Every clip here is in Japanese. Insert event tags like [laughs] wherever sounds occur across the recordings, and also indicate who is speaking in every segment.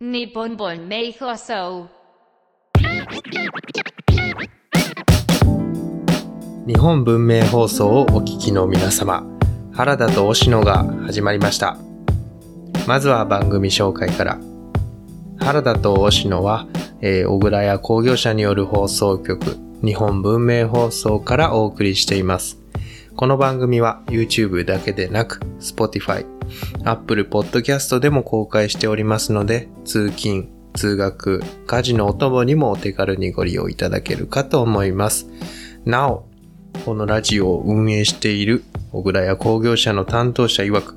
Speaker 1: Mi bonbon me dijo so.
Speaker 2: 日本文明放送をお聞きの皆様原田と押野が始まりましたまずは番組紹介から原田と押野は、えー小倉や工業者による放送局日本文明放送からお送りしていますこの番組は YouTube だけでなく Spotify、Apple Podcast でも公開しておりますので通勤、通学、家事のお供にもお手軽にご利用いただけるかと思いますなお、このラジオを運営している小倉屋工業者の担当者曰く、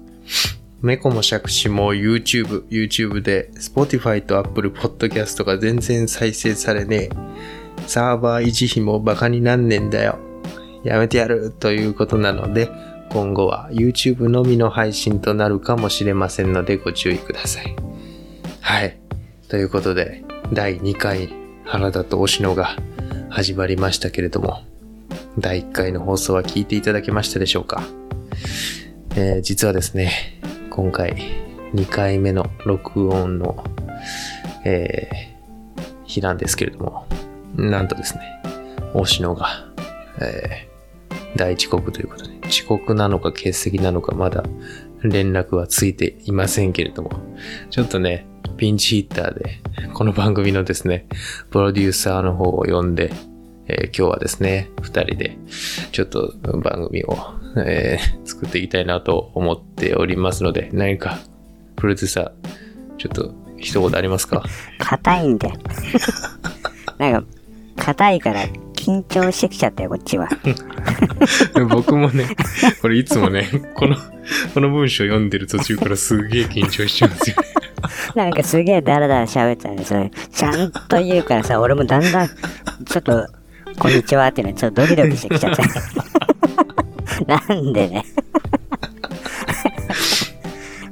Speaker 2: メコも借子も YouTube、YouTube で Spotify と Apple Podcast が全然再生されねえ。サーバー維持費もバカになんねんだよ。やめてやるということなので、今後は YouTube のみの配信となるかもしれませんのでご注意ください。はい。ということで、第2回、原田と押野が始まりましたけれども、第1回の放送は聞いていただけましたでしょうか、えー実はですね、今回2回目の録音の、えー日なんですけれども、なんとですね、大野が、えー大遅刻ということで、遅刻なのか欠席なのかまだ連絡はついていませんけれども、ちょっとね、ピンチヒッターで、この番組のですね、プロデューサーの方を呼んで、えー今日はですね、二人で、ちょっと番組を、えー作っていきたいなと思っておりますので、何か、プロデューサー、ちょっと、一言ありますか
Speaker 3: 硬いんだよ。なんか、硬いから緊張してきちゃったよ、こ
Speaker 2: [laughs]
Speaker 3: っちは。
Speaker 2: [laughs] 僕もね、これいつもね、この、この文章読んでる途中からすげえ緊張しちゃうんですよね。
Speaker 3: なんかすげえダラダラ喋ってたんですね。ちゃんと言うからさ、俺もだんだん、ちょっと、こんにちはっていうのはちょっとドキドキしてきち
Speaker 2: [laughs]
Speaker 3: ゃった。なんでね。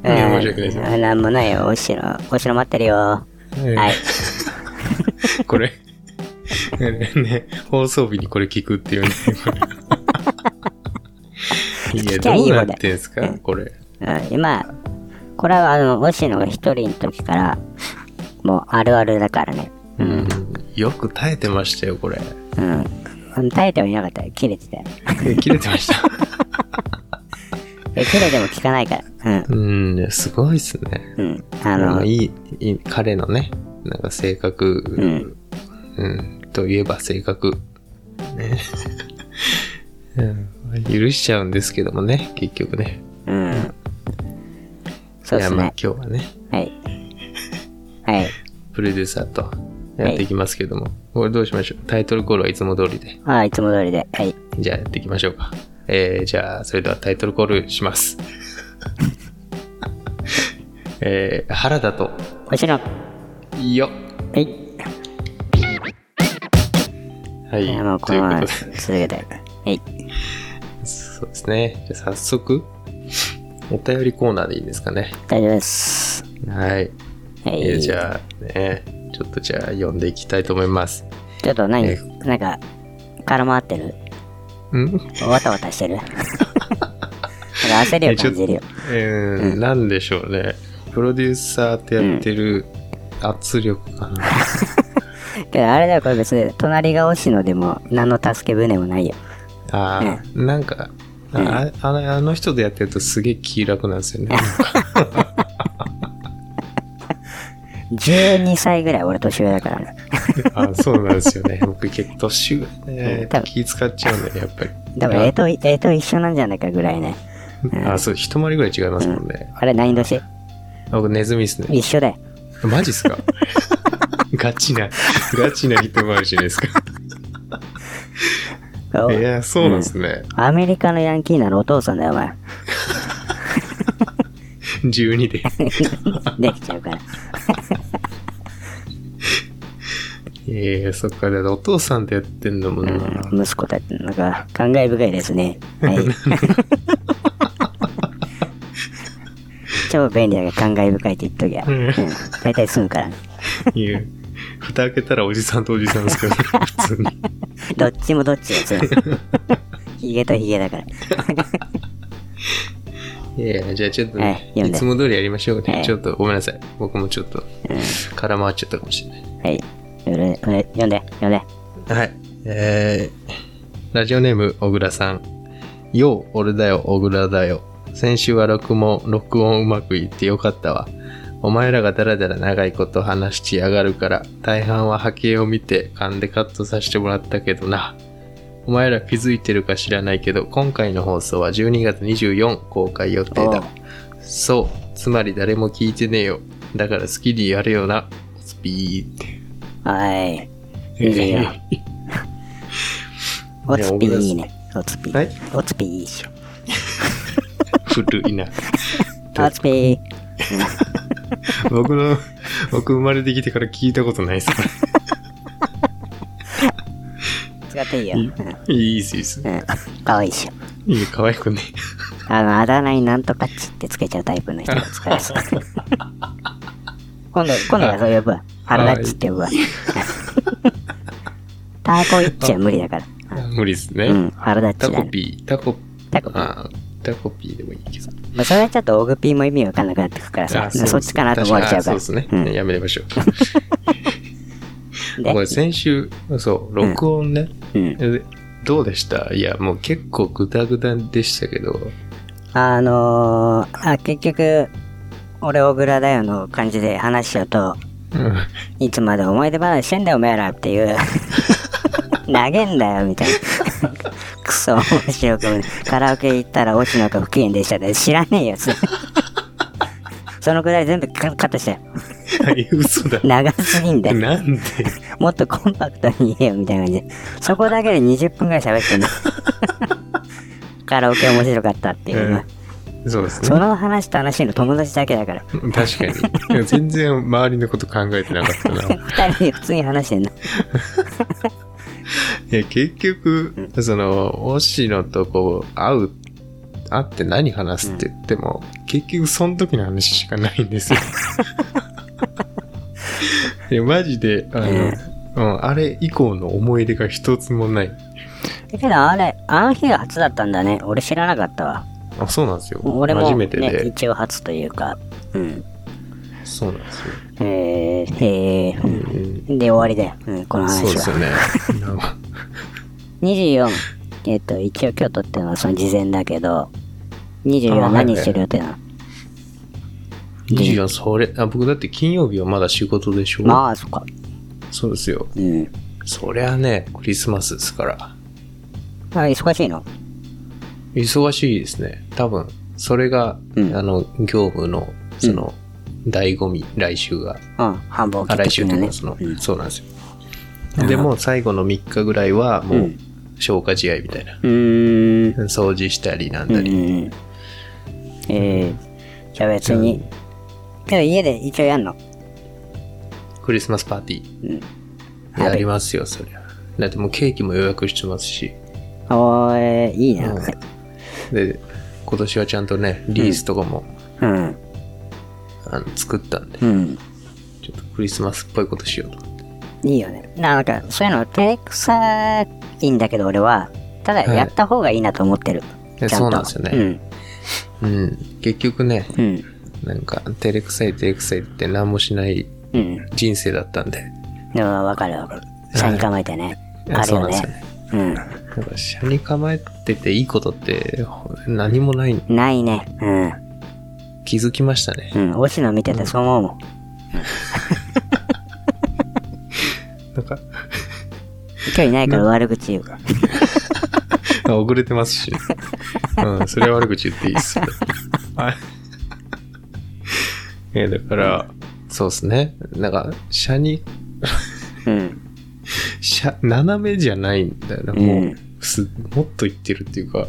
Speaker 2: いや申し訳ないです
Speaker 3: うんなんもないよ、おしろ、おしろ待ってるよ。はい。
Speaker 2: これ、ね、放送日にこれ聞くっていうね。いや、
Speaker 3: [laughs] 聞きゃい
Speaker 2: ど
Speaker 3: いうよ
Speaker 2: な
Speaker 3: ね
Speaker 2: ってんすか、これ。
Speaker 3: うん、今、これはあの、おしのが一人の時から、もうあるあるだからね。
Speaker 2: うん、よく耐えてましたよ、これ。
Speaker 3: うん。耐えてもいなかったよ。切れてたよ。
Speaker 2: 切れてました。
Speaker 3: え切れても効かないから。
Speaker 2: [laughs] うん、すごいっすね。
Speaker 3: うん。うん。あ
Speaker 2: あ
Speaker 3: の、
Speaker 2: のいい、いい彼のね、なんか性格、
Speaker 3: う
Speaker 2: うん
Speaker 3: ん。
Speaker 2: といえば性格。ね。 [laughs] うん許しちゃうんですけどもね、結局ね。
Speaker 3: うん。そ
Speaker 2: い
Speaker 3: うで
Speaker 2: や、
Speaker 3: す
Speaker 2: まあ
Speaker 3: ね
Speaker 2: 今。日はね、
Speaker 3: はい。はい。
Speaker 2: プロデューサーとやっていきますけども、これどうしましょう。タイトルコールはいつも通りで。
Speaker 3: ああ、いつも通りで。はい。
Speaker 2: じゃあやっていきましょうか。えー、じゃあ、それではタイトルコールし
Speaker 3: [laughs]
Speaker 2: ます。えー、原田と、
Speaker 3: おしの。はい
Speaker 2: よ。
Speaker 3: い。
Speaker 2: はい
Speaker 3: いや、もう、、こと
Speaker 2: い
Speaker 3: の
Speaker 2: うこ
Speaker 3: ま
Speaker 2: と
Speaker 3: ま
Speaker 2: で、
Speaker 3: 続けて。はい。
Speaker 2: そうですね。じゃあ早速、お便りコーナーでいいですかね。
Speaker 3: 大丈夫です。
Speaker 2: はい。
Speaker 3: は
Speaker 2: えー、
Speaker 3: い。
Speaker 2: じゃあ、ね、ちょっとじゃあ読んでいきたいと思います。
Speaker 3: ちょっと何、
Speaker 2: え
Speaker 3: なんか、空回ってる
Speaker 2: ん
Speaker 3: わたわたしてる [laughs] なんか焦りを感じるよ。
Speaker 2: えーなんでしょうね。プロデューサーってやってる圧力かな。
Speaker 3: けどあれだよ、これ別に、隣がおしのでも、何の助け舟もないよ。
Speaker 2: ああ、なんか、ああのあの人でやってるとすげえ気楽なんですよね。
Speaker 3: 12歳ぐらい俺年上だからね。
Speaker 2: あそうなんですよね。僕結構年上ね
Speaker 3: 多分
Speaker 2: 気使っちゃうんだよね、やっぱり。
Speaker 3: でも、ええと、ええと一緒なんじゃないかぐらいね。
Speaker 2: あそう、一回りぐらい違いますもんね。
Speaker 3: あれ、何年
Speaker 2: 僕、ネズミですね。
Speaker 3: 一緒だよ。
Speaker 2: マジっすか [laughs] ガチな、ガチな一回りじゃないですか。 [laughs] いや、そうなんですね。
Speaker 3: アメリカのヤンキーなのお父さんだよ、お [laughs] 前。
Speaker 2: 12で。
Speaker 3: できちゃうから。
Speaker 2: ええ、そっか。だってお父さんとやってんのもんな。
Speaker 3: うん、息子たち、なんか、感慨深いですね。 [laughs] はい。超便利だから感慨深いって言っときゃ。うん。大体済むから。
Speaker 2: いや蓋開けたらおじさんとおじさんですけ [laughs] ど、普通に。
Speaker 3: どっちも [laughs] どっちですよ。ヒゲとヒゲだから。
Speaker 2: えいやいや、じゃあちょっと
Speaker 3: はい
Speaker 2: ね、
Speaker 3: 読んで
Speaker 2: いつも通りやりましょう
Speaker 3: は
Speaker 2: ね。
Speaker 3: い
Speaker 2: ちょっとごめんなさい。僕もちょっと
Speaker 3: うん
Speaker 2: 空回っちゃったかもしれない。
Speaker 3: はい。よろこれ読んで、読んで。
Speaker 2: はい。えー、ラジオネーム、小倉さん。よう、俺だよ、小倉だよ。先週は録音、録音うまくいってよかったわ。お前らがだらだら長いこと話しやがるから、大半は波形を見て勘でカットさせてもらったけどな。お前ら気づいてるか知らないけど、今回の放送は12月24公開予定
Speaker 3: お
Speaker 2: だ
Speaker 3: う。
Speaker 2: そう、つまり誰も聞いてねえよ。だから好きにやれよな。スピーって。
Speaker 3: はい。いいねおつぴいいね。おつぴ
Speaker 2: はい。
Speaker 3: おつぴいいっしょ。
Speaker 2: 古いな。
Speaker 3: おつぴ
Speaker 2: 僕の、僕生まれてきてから聞いたことないですか
Speaker 3: 使っていいよ。
Speaker 2: ら。いいいいです、いいです。
Speaker 3: うん。かわいいっしょ。
Speaker 2: いい、可愛くね。
Speaker 3: あの、あだ名になんとかっちってつけちゃうタイプの人が使います。今度、今度はそう呼ぶわ。原田っちって呼ぶわ。 [laughs] ターコイッチは無理だから。
Speaker 2: 無理です
Speaker 3: う
Speaker 2: ね。
Speaker 3: ん、原田っ
Speaker 2: タ
Speaker 3: ちだ
Speaker 2: コ
Speaker 3: ね。
Speaker 2: ピー、タコ、
Speaker 3: タコピー
Speaker 2: あータコピーでもいいけど。
Speaker 3: まあ、それはちょっとオグピーも意味わかんなくなってくからさ、
Speaker 2: あ
Speaker 3: そっちかなと思われちゃうから。
Speaker 2: そうです
Speaker 3: う
Speaker 2: ね。
Speaker 3: ん
Speaker 2: やめましょう。
Speaker 3: で
Speaker 2: これ先週、そう、録音ね。
Speaker 3: うん、
Speaker 2: でどうでしたいや、もう結構グダグダでしたけど。
Speaker 3: あのー、あ結局俺小倉だよの感じで話しちゃうと
Speaker 2: うん
Speaker 3: いつまで思い出話してんだよお前らっていう [laughs] 投げんだよみたいな [laughs] クソ面白くないカラオケ行ったら落ちのが不機嫌でしたね知らねえよそれそのくらい全部カカットして
Speaker 2: はい嘘だ。
Speaker 3: 長すぎんだよ
Speaker 2: なんで
Speaker 3: もっとコンパクトに言えよみたいな感じでそこだけで20分ぐらい喋って [laughs] んだカラオケ面白かったっていう、
Speaker 2: そうですね
Speaker 3: そ。の話と話の友達だけだから
Speaker 2: 確かに。いや全然周りのこと考えてなかったな。
Speaker 3: 二人で普通に話してんな。
Speaker 2: いや、結局、その、星野とこう、会う、会って何話すって言っても、結局その時の話しかないん
Speaker 3: [laughs]
Speaker 2: ですよ。いや、マジで、あの、
Speaker 3: え
Speaker 2: うん、あれ以降の思い出が一つもない。
Speaker 3: だけどあれ、あの日が初だったんだね。俺知らなかったわ。
Speaker 2: あ、そうなんですよ。
Speaker 3: 俺も、ね、
Speaker 2: 初めてで。
Speaker 3: 一応初というか。うん。
Speaker 2: そうなんですよ。
Speaker 3: えー、へえー。
Speaker 2: うん
Speaker 3: で、終わりだよ。うん、この
Speaker 2: そう
Speaker 3: 話
Speaker 2: です
Speaker 3: は。
Speaker 2: よね。なん
Speaker 3: [laughs]
Speaker 2: か
Speaker 3: 24、えっ、と、一応今日撮ってるのはその事前だけど、
Speaker 2: あ
Speaker 3: 24
Speaker 2: はいはい
Speaker 3: 何してる予定なの、
Speaker 2: 24、それ、あ、僕だって金曜日はまだ仕事でしょ、
Speaker 3: まあ、そっか。
Speaker 2: そうですよ。
Speaker 3: うん。
Speaker 2: そりゃね、クリスマスですから。
Speaker 3: あ忙しいの
Speaker 2: 忙しいですね。多分、それが、
Speaker 3: うん
Speaker 2: あの、業務の、その、醍醐味、来週が。
Speaker 3: うん、繁忙
Speaker 2: あ、
Speaker 3: 期
Speaker 2: 来週
Speaker 3: 的
Speaker 2: という
Speaker 3: なね
Speaker 2: か、。その、
Speaker 3: うん
Speaker 2: そうなんです
Speaker 3: う
Speaker 2: よ。
Speaker 3: ん
Speaker 2: でも、最後の3日ぐらいは、も
Speaker 3: う、
Speaker 2: うん消化試合みたいな。
Speaker 3: うーん。
Speaker 2: 掃除したりなん
Speaker 3: うん
Speaker 2: だ
Speaker 3: うん
Speaker 2: り。
Speaker 3: うん。えー、じゃあ別に。けど家で一応やんの
Speaker 2: クリスマスパーティ
Speaker 3: うん。
Speaker 2: ー、やりますよ、そりゃ。だってもうケーキも予約してますし。
Speaker 3: おーいいな。
Speaker 2: で、今年はちゃんとね、リースとかも、
Speaker 3: うん。
Speaker 2: あの作ったんで、
Speaker 3: うん。
Speaker 2: ちょっとクリスマスっぽいことしようと。
Speaker 3: いいよね。なんか、そういうの照れくさいんだけど、俺は、ただ
Speaker 2: はい
Speaker 3: やった方がいいなと思ってる。
Speaker 2: え
Speaker 3: ちゃと
Speaker 2: そうなんですよね。うん。結局ね、
Speaker 3: うん。うん。
Speaker 2: なんか、照れくさい照れくさいって何もしない
Speaker 3: うん。
Speaker 2: 人生だったんで。
Speaker 3: でも、わかるわかる。車に構えてね。
Speaker 2: いや
Speaker 3: ある
Speaker 2: そうな
Speaker 3: よ
Speaker 2: んです
Speaker 3: ね
Speaker 2: よね。
Speaker 3: うん。
Speaker 2: なんか、車に構えてていいことってほ何もない、
Speaker 3: ないね。う
Speaker 2: 気づきましたね。
Speaker 3: ん。うん。星野見ててそう思うもん。
Speaker 2: なんか、 [laughs]
Speaker 3: 今日いないから悪口言うから。
Speaker 2: あ遅れてます
Speaker 3: [laughs]
Speaker 2: し。うん、それは悪口言っていいです。はい。 [laughs] え、だから、そうですね。なんか、車に、
Speaker 3: うん。
Speaker 2: 車、斜めじゃないんだよな。もう、
Speaker 3: うん
Speaker 2: すもっと言ってるっていうか、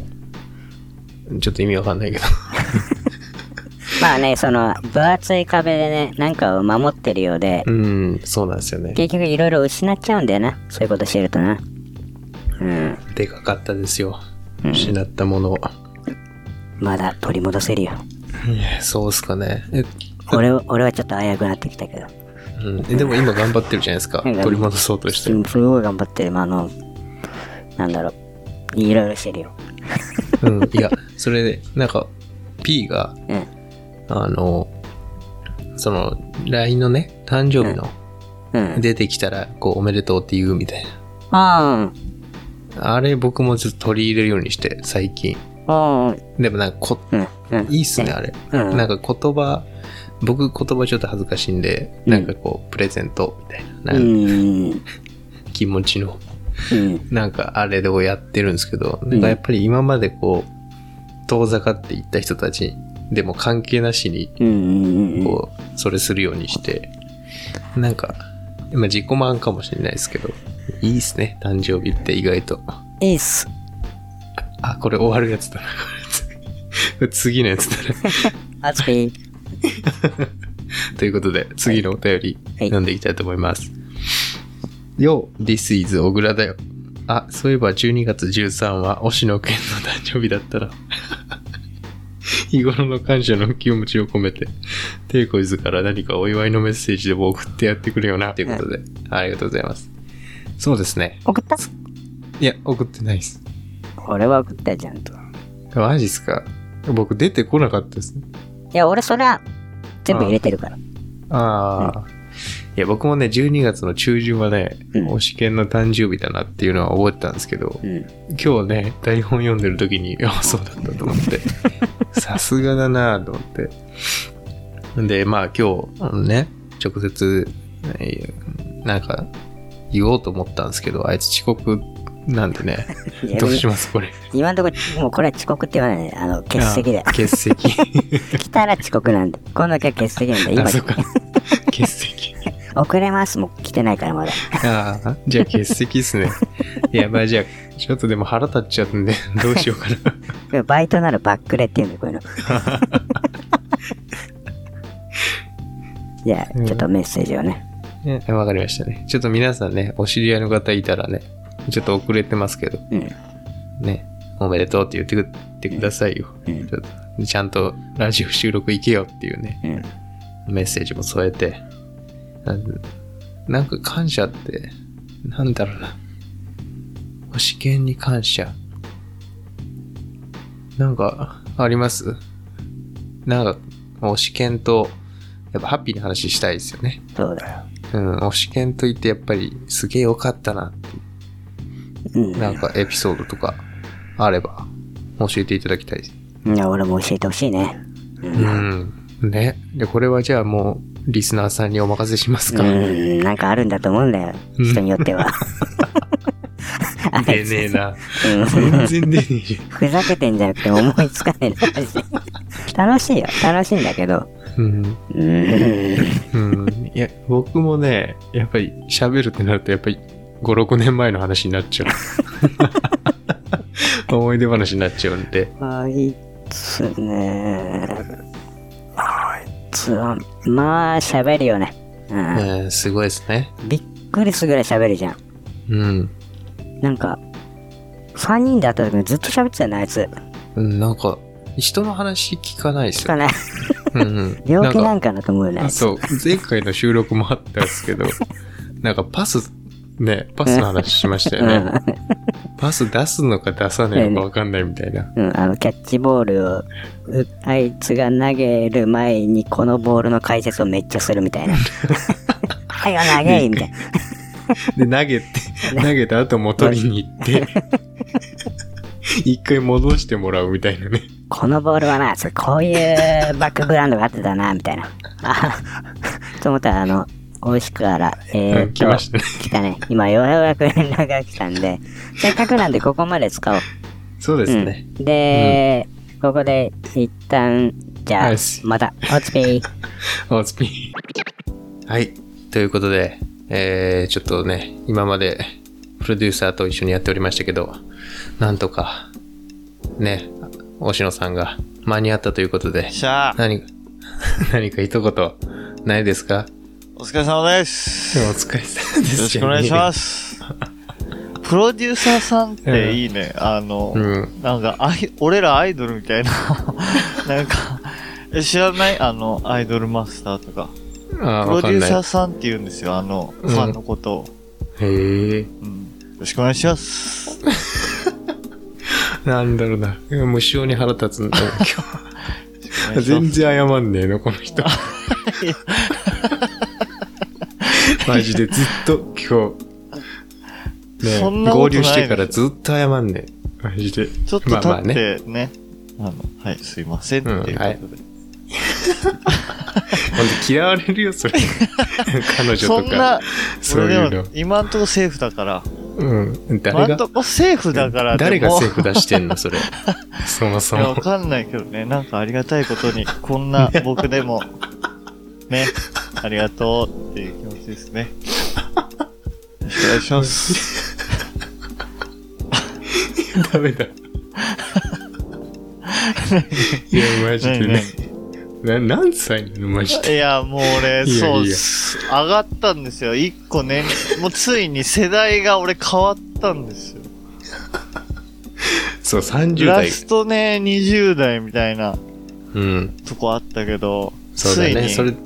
Speaker 2: ちょっと意味わかんないけど。
Speaker 3: まあね、その、分厚い壁でね、なんかを守ってるようで、
Speaker 2: うん、そうなんですよね。
Speaker 3: 結局いろいろ失っちゃうんだよな。そういうことしてるとな。うん。
Speaker 2: でかかったですよ。
Speaker 3: うん
Speaker 2: 失ったものを。
Speaker 3: まだ取り戻せるよ。
Speaker 2: いやそうっすかね。え、
Speaker 3: 俺は俺はちょっと危うくなってきたけど
Speaker 2: うん、えでも今頑張ってるじゃないですか。
Speaker 3: うん
Speaker 2: 取り戻そうとして
Speaker 3: う
Speaker 2: る。
Speaker 3: んすごい頑張ってまああのなんだろういろいろしてるよ
Speaker 2: うん、いや、それで、なんか、 P が、
Speaker 3: うん
Speaker 2: あの、その、LINE のね、誕生日の、
Speaker 3: うん。
Speaker 2: 出てきたら、こう、おめでとうって言うみたい
Speaker 3: あ
Speaker 2: な。あれ、僕もちょっと取り入れるようにして、最近。
Speaker 3: あ、ああ、
Speaker 2: でもなんかこ、
Speaker 3: うん、うん。
Speaker 2: いいっすね、あれ。
Speaker 3: うん
Speaker 2: なんか言葉、僕言葉ちょっと恥ずかしいんで、
Speaker 3: うん
Speaker 2: なんかこう、プレゼントみたいな、な
Speaker 3: う
Speaker 2: んか
Speaker 3: ん。
Speaker 2: 気持ちの、
Speaker 3: うん。
Speaker 2: なんかあれでこうやってるんですけど、なんかやっぱり今までこう、遠ざかっていった人たち、でも関係なしに、
Speaker 3: うん。
Speaker 2: こう、それするようにして、なんか、まあ自己満かもしれないですけど、いいっすね、誕生日って意外と。
Speaker 3: いいっす。
Speaker 2: あ、これ終わるやつだな、これ [laughs] 次のやつだな。
Speaker 3: あつぴ。
Speaker 2: ということで、次のお便り、
Speaker 3: はい
Speaker 2: 読んでいきたいと思います。よ、This is 小倉だよ。あ、そういえば12月13は押野健の誕生日だったな。 [laughs] 日頃の感謝の気持ちを込めて、テイコイズから何かお祝いのメッセージでも送ってやってくれよな、ということで、ありがとうございます。そうですね。
Speaker 3: 送った
Speaker 2: いや、送ってないです。
Speaker 3: これは送ったじゃんと。
Speaker 2: マジっすか僕出てこなかったですね。
Speaker 3: いや、俺それは全部入れてるから。
Speaker 2: ああ、いや僕もね12月の中旬はね、
Speaker 3: うん
Speaker 2: 推し犬の誕生日だなっていうのは覚えてたんですけど
Speaker 3: うん。
Speaker 2: 今日ね台本読んでる時に [laughs] あそうだったと思って
Speaker 3: [laughs]
Speaker 2: さすがだなと思ってでまあ今日あのね直接えーなんか言おうと思ったんですけどあいつ遅刻なんでねどうしますこれ
Speaker 3: 今のところ、もうこれは遅刻って言わないね。あの、欠席で
Speaker 2: あ。欠席
Speaker 3: 来たら遅刻なんで。今度だけは欠席なん [laughs] で。今
Speaker 2: あ、そっ
Speaker 3: [laughs]
Speaker 2: か欠席
Speaker 3: 遅れます。もう来てないからまだ。
Speaker 2: ああ、じゃあ欠席ですね。いや、まあじゃあ、ちょっとでも腹立っちゃうんで、 [laughs] どうしようかな。
Speaker 3: これバイトならバックレって言うんだよ、
Speaker 2: [laughs]
Speaker 3: こういうの。じゃあ、ちょっとメッセージをね。
Speaker 2: ね [laughs] わかりましたね。ちょっと皆さんね、お知り合いの方いたらね、ちょっと遅れてますけど、
Speaker 3: うん。
Speaker 2: ね、おめでとうって言ってくってくださいよ。
Speaker 3: うん
Speaker 2: ちょっとちゃんとラジオ収録行けよっていうね、
Speaker 3: うん。
Speaker 2: メッセージも添えて。なんなんか感謝って、なんだろうな。お試験に感謝。なんか、ありますなんか、お試験と、やっぱハッピーな話したいですよね。
Speaker 3: そうだよ。
Speaker 2: うん、お試験と言ってやっぱりすげえ良かったな。
Speaker 3: うん。
Speaker 2: なんかエピソードとかあれば教えていただきたいです。
Speaker 3: いや、俺も教えてほしいね。
Speaker 2: うん。ね。で、これはじゃあもうリスナーさんにお任せします
Speaker 3: う
Speaker 2: か。
Speaker 3: ん。なんかあるんだと思うんだよ。
Speaker 2: うん
Speaker 3: 人によ
Speaker 2: [laughs]
Speaker 3: っては。あ
Speaker 2: 出ねえな。
Speaker 3: うん
Speaker 2: 全然出ねえじ
Speaker 3: ふざけてんじゃなくて思いつかないな
Speaker 2: [laughs]
Speaker 3: マジで楽しいよ。楽しいんだけど。
Speaker 2: ゃん。うん。
Speaker 3: うーん。
Speaker 2: うん。いや、僕もね、やっぱり喋るってなると、やっぱり5、6年前の話になっちゃ [laughs] う。思い出話になっちゃうんで。
Speaker 3: あいつね。あいつは、まあ、喋るよね。う
Speaker 2: うん、すごいですね。
Speaker 3: ん。びっくりするぐらい喋るじゃん。
Speaker 2: うん。
Speaker 3: なんか、3人で会った時にずっと喋ってたよね、あいつ。
Speaker 2: うんなんか、人の話聞かないです
Speaker 3: 聞か
Speaker 2: よ。
Speaker 3: ない。
Speaker 2: うんうん
Speaker 3: 病気
Speaker 2: な
Speaker 3: なんんかなと思うよね、あ
Speaker 2: か
Speaker 3: いつ。
Speaker 2: そう、前回の収録もあったんです
Speaker 3: [laughs]
Speaker 2: けど、なんかパス、ね、パスの話しましたよね。パス出すのか出さないのか分かんないみたいな。
Speaker 3: うん、あの、キャッチボールを、うあいつが投げる前にこのボールの解説をめっちゃするみた
Speaker 2: [laughs]
Speaker 3: いな。はよ投げいみたいな。
Speaker 2: で、投げ
Speaker 4: [laughs]
Speaker 2: て、投げた後も取りに行って、一回戻してもらうみたいなね。
Speaker 3: このボールはな、そうこういうバックグラウンドがあってたな、みたいな。あと思ったら、あの、美味しくから、え
Speaker 2: う
Speaker 3: ー、
Speaker 2: ん、来ましたね。
Speaker 3: 来たね。今、ようやく連絡が来たんで、せっかくなんでここまで使おう。
Speaker 2: そうですね。
Speaker 3: うん、で、ここで、一旦、じゃあ
Speaker 2: よし、
Speaker 3: また、おつぴー。
Speaker 2: おスピー。はい。ということで、えー、ちょっとね、今までプロデューサーと一緒にやっておりましたけど、なんとか、ね、押野さんが間に合ったということで、
Speaker 4: しゃあ、
Speaker 2: 何 [laughs] か、何か一言、ないですか
Speaker 4: お疲れ様で
Speaker 2: お
Speaker 4: す。よ
Speaker 2: 疲れ様です。
Speaker 4: ろしくお願いし
Speaker 2: [laughs]
Speaker 4: ま。す。プロデューサーさんっていいね。あの、
Speaker 2: うん。
Speaker 4: なんかアイ、俺らアイドルみたいな。 [laughs] なんか、え知らないあの、アイドルマスターとか。
Speaker 2: あ
Speaker 4: プ
Speaker 2: ー、
Speaker 4: ロ
Speaker 2: わ
Speaker 4: デ
Speaker 2: か
Speaker 4: ュ
Speaker 2: ん
Speaker 4: ー
Speaker 2: ない
Speaker 4: サー。さんって言うんですよ。あの、
Speaker 2: うん
Speaker 4: ファンのことを。
Speaker 2: へえ。
Speaker 4: うんよろしくお願いします。 [laughs]
Speaker 2: なんだろうな。無性に腹立つんだ。今
Speaker 4: 願いします
Speaker 2: 全然謝んねえの、この人。マジでずっと今日、ね
Speaker 4: そんなことな
Speaker 2: 合
Speaker 4: い
Speaker 2: 流してからずっと謝んねえ。マジで。
Speaker 4: ちょっと
Speaker 2: まあまあ
Speaker 4: 経っ
Speaker 2: ね。
Speaker 4: てね、あの、はい、すいません、
Speaker 2: うん
Speaker 4: っていうことで。
Speaker 2: ほんと嫌われるよ、
Speaker 4: [laughs]
Speaker 2: それ。彼
Speaker 4: そ
Speaker 2: 女と
Speaker 4: ん
Speaker 2: か
Speaker 4: な。、
Speaker 2: そう
Speaker 4: 俺
Speaker 2: いう
Speaker 4: で
Speaker 2: の
Speaker 4: も。今んとこセーフだから。
Speaker 2: うん。
Speaker 4: 今
Speaker 2: 誰
Speaker 4: ん
Speaker 2: が
Speaker 4: とこセーフだから
Speaker 2: 誰がセー
Speaker 4: ー
Speaker 2: フ出してんの、それ。そもそも。
Speaker 4: わかんないけどね、なんかありがたいことに、こ
Speaker 2: [laughs]
Speaker 4: んな僕でも、ね、ありがとうっていう気持ちですね。よろしくお願いします。
Speaker 2: ダメ [laughs] だ。いや、マジでね。な何歳なの、マジ
Speaker 4: い
Speaker 2: で。
Speaker 4: や、もう俺、
Speaker 2: いや
Speaker 4: そう
Speaker 2: いや
Speaker 4: す、上がったんですよ。一個ね、もうついに世代が俺変わったんですよ。
Speaker 2: そう、30
Speaker 4: ラ
Speaker 2: 代。
Speaker 4: ストね、20代みたいな
Speaker 2: うん。
Speaker 4: とこあったけど、
Speaker 2: そうだね。
Speaker 4: つ
Speaker 2: そ
Speaker 4: い
Speaker 2: れ
Speaker 4: に、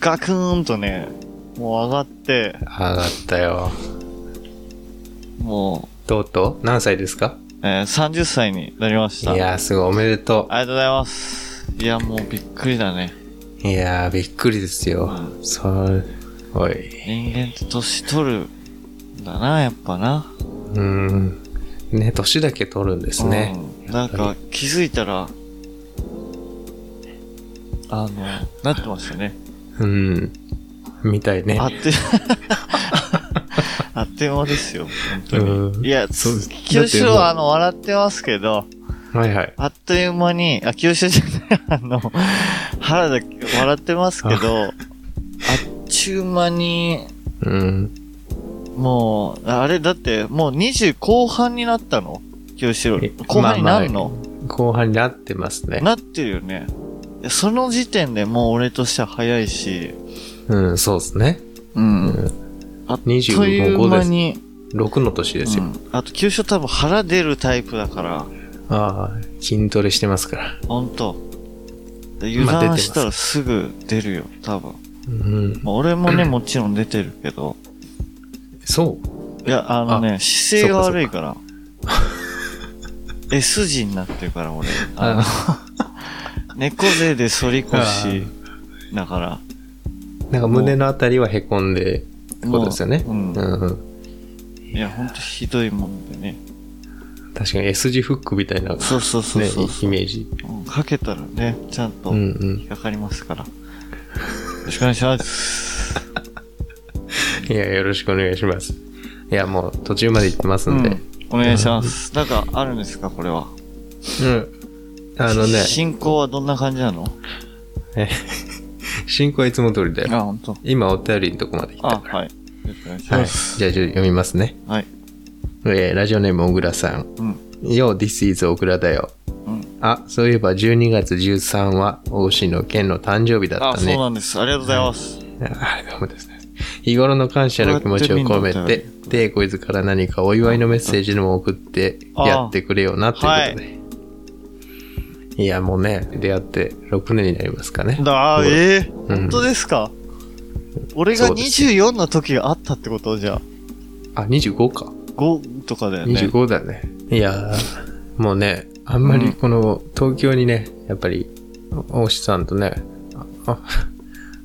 Speaker 4: ガクーンとね、もう上がって、
Speaker 2: 上がったよ。
Speaker 4: も
Speaker 2: とうとう何歳ですか
Speaker 4: う、えー30歳になりまし
Speaker 2: い
Speaker 4: た。
Speaker 2: やー、すごい、おめでと
Speaker 4: ありがとうございます。いや、もうびっくりだね。
Speaker 2: う。いやー、びっくりですよ。そう、おい。
Speaker 4: 人間って年取るんだな、やっぱな。
Speaker 2: うーん。ね、年だけ取るんですね。
Speaker 4: うん。なんか気づいたら、あの、なってましたね。
Speaker 2: うん。みたいね
Speaker 4: あ。っという、 [laughs] あっという間ですよ、本当
Speaker 2: うん
Speaker 4: に。いや、
Speaker 2: そうです
Speaker 4: 九州
Speaker 2: だってもう
Speaker 4: はあの、笑ってますけど、
Speaker 2: はいはい。
Speaker 4: あっという間に、あ、九州じゃない、あの、原田、笑ってますけど、あっちゅう間に、
Speaker 2: うん。
Speaker 4: もう、あれ、だって、もう20後半になったの清志郎
Speaker 2: え。
Speaker 4: 後半になる
Speaker 2: ま
Speaker 4: の、
Speaker 2: 後半になってますね。
Speaker 4: なってるよね。いやその時点でもう俺としては早いし、
Speaker 2: うん、そうですね。
Speaker 4: う。
Speaker 2: うんん。
Speaker 4: あっという
Speaker 2: 25
Speaker 4: 間
Speaker 2: です。
Speaker 4: に、
Speaker 2: 6の年です
Speaker 4: う
Speaker 2: よ。
Speaker 4: ん、あと清志郎多分腹出るタイプだから、
Speaker 2: ああ、筋トレしてますから。
Speaker 4: ほんと。で
Speaker 2: まあ出てま
Speaker 4: 油断
Speaker 2: す
Speaker 4: したらすぐ出るよ、多分。
Speaker 2: うん。
Speaker 4: まあ、俺もね、もちろん出てるけど、
Speaker 2: そ
Speaker 4: いや、あのね、姿勢が悪い [laughs] から。S 字になってるから、俺。あの [laughs] 猫背で反り腰だか
Speaker 2: う。なんか胸のあたりはへこんで、って
Speaker 4: ら。
Speaker 2: ことですよね。
Speaker 4: もううん。
Speaker 2: うん。
Speaker 4: いや、ほんとひどいもんでね。
Speaker 2: 確かに S 字フックみたいな、ね、
Speaker 4: そうそうそうそう。
Speaker 2: イメージ。
Speaker 4: うんかけたらね、ちゃんと
Speaker 2: うんう
Speaker 4: 引
Speaker 2: ん。
Speaker 4: っかかりますから。よろしくお願いします。
Speaker 2: いや、よろしくお願いします。いや、もう途中まで行ってます
Speaker 4: うん
Speaker 2: で。
Speaker 4: ん。お願いします。なんかあるんですか、これは。
Speaker 2: うん。あのね、
Speaker 4: 進行はどんな感じなの
Speaker 2: 進行はいつも通りだよ。
Speaker 4: あ、ほんと。
Speaker 2: 今、お便りのとこまで来た。
Speaker 4: あ、はい。よろしくお願いし
Speaker 2: はい。
Speaker 4: ま
Speaker 2: じ
Speaker 4: す。
Speaker 2: ゃあ、ちょっと読みますね。
Speaker 4: はい。
Speaker 2: えーラジオネーム、小倉さん。
Speaker 4: うん。
Speaker 2: よう、This is 小倉だよ。
Speaker 4: うん。
Speaker 2: あ、そういえば12月13は、大志の健の誕生日だっ
Speaker 4: あ、
Speaker 2: た
Speaker 4: そう
Speaker 2: ね。
Speaker 4: なんです。ありがとうございます。
Speaker 2: あどうもですね。日頃の感謝の気持ちを込め
Speaker 4: こうやって
Speaker 2: て、で、こいつから何かお祝いのメッセージでも送って
Speaker 4: あ
Speaker 2: やってくれよなっていうことで。い、や、もうね、出会って6年になりますかね。
Speaker 4: ああ、
Speaker 2: 僕
Speaker 4: ええ
Speaker 2: うん
Speaker 4: 本当ですか、俺が
Speaker 2: そうです
Speaker 4: 24の時があったってことじゃあ
Speaker 2: あ、25か。
Speaker 4: 5とかだよね。
Speaker 2: 25だね。いやー、もうね、あんま
Speaker 4: うん
Speaker 2: りこの東京にね、やっぱり、お大志さんとね、あ、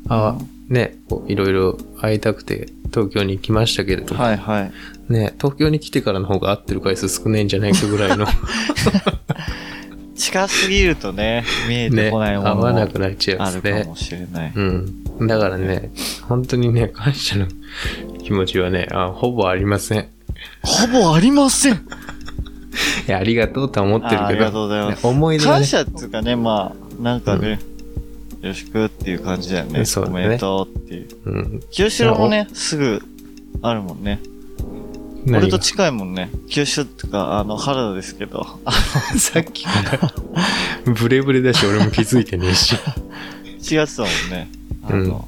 Speaker 2: あ、あね、こういろいろ会いたくて東京に来ましたけれども、
Speaker 4: はいはい。
Speaker 2: ね、東京に来てからの方が会ってる回数少ないんじゃないかぐらい
Speaker 4: [laughs]
Speaker 2: の。
Speaker 4: 近すぎるとね、見えて
Speaker 2: ね、
Speaker 4: こない
Speaker 2: 合
Speaker 4: ものも
Speaker 2: わな
Speaker 4: あ
Speaker 2: くなっちゃうん
Speaker 4: る
Speaker 2: で
Speaker 4: か
Speaker 2: すね。
Speaker 4: もしれない。
Speaker 2: うん。だからね、本当にね、感謝の気持ちはね、あほぼありません。
Speaker 4: ほぼありません
Speaker 2: いや、ありがとうとは思ってるけど、
Speaker 4: あありがとうございます
Speaker 2: ね思い出が
Speaker 4: 感
Speaker 2: ね、
Speaker 4: 謝っていうかね、まあ、なんかね、よろしくっていう感じだよね。
Speaker 2: そうだね
Speaker 4: おめでとうっていう。
Speaker 2: うん。
Speaker 4: 清志郎もね、すぐあるもんね。俺
Speaker 2: 何
Speaker 4: と
Speaker 2: が
Speaker 4: 近いもんね。清志郎っていうか、あの、原田ですけど。
Speaker 2: さっきから、 [laughs] ブレブレだし、俺も気づいてねえ
Speaker 4: [laughs]
Speaker 2: し。
Speaker 4: 違ってたもんね。あの、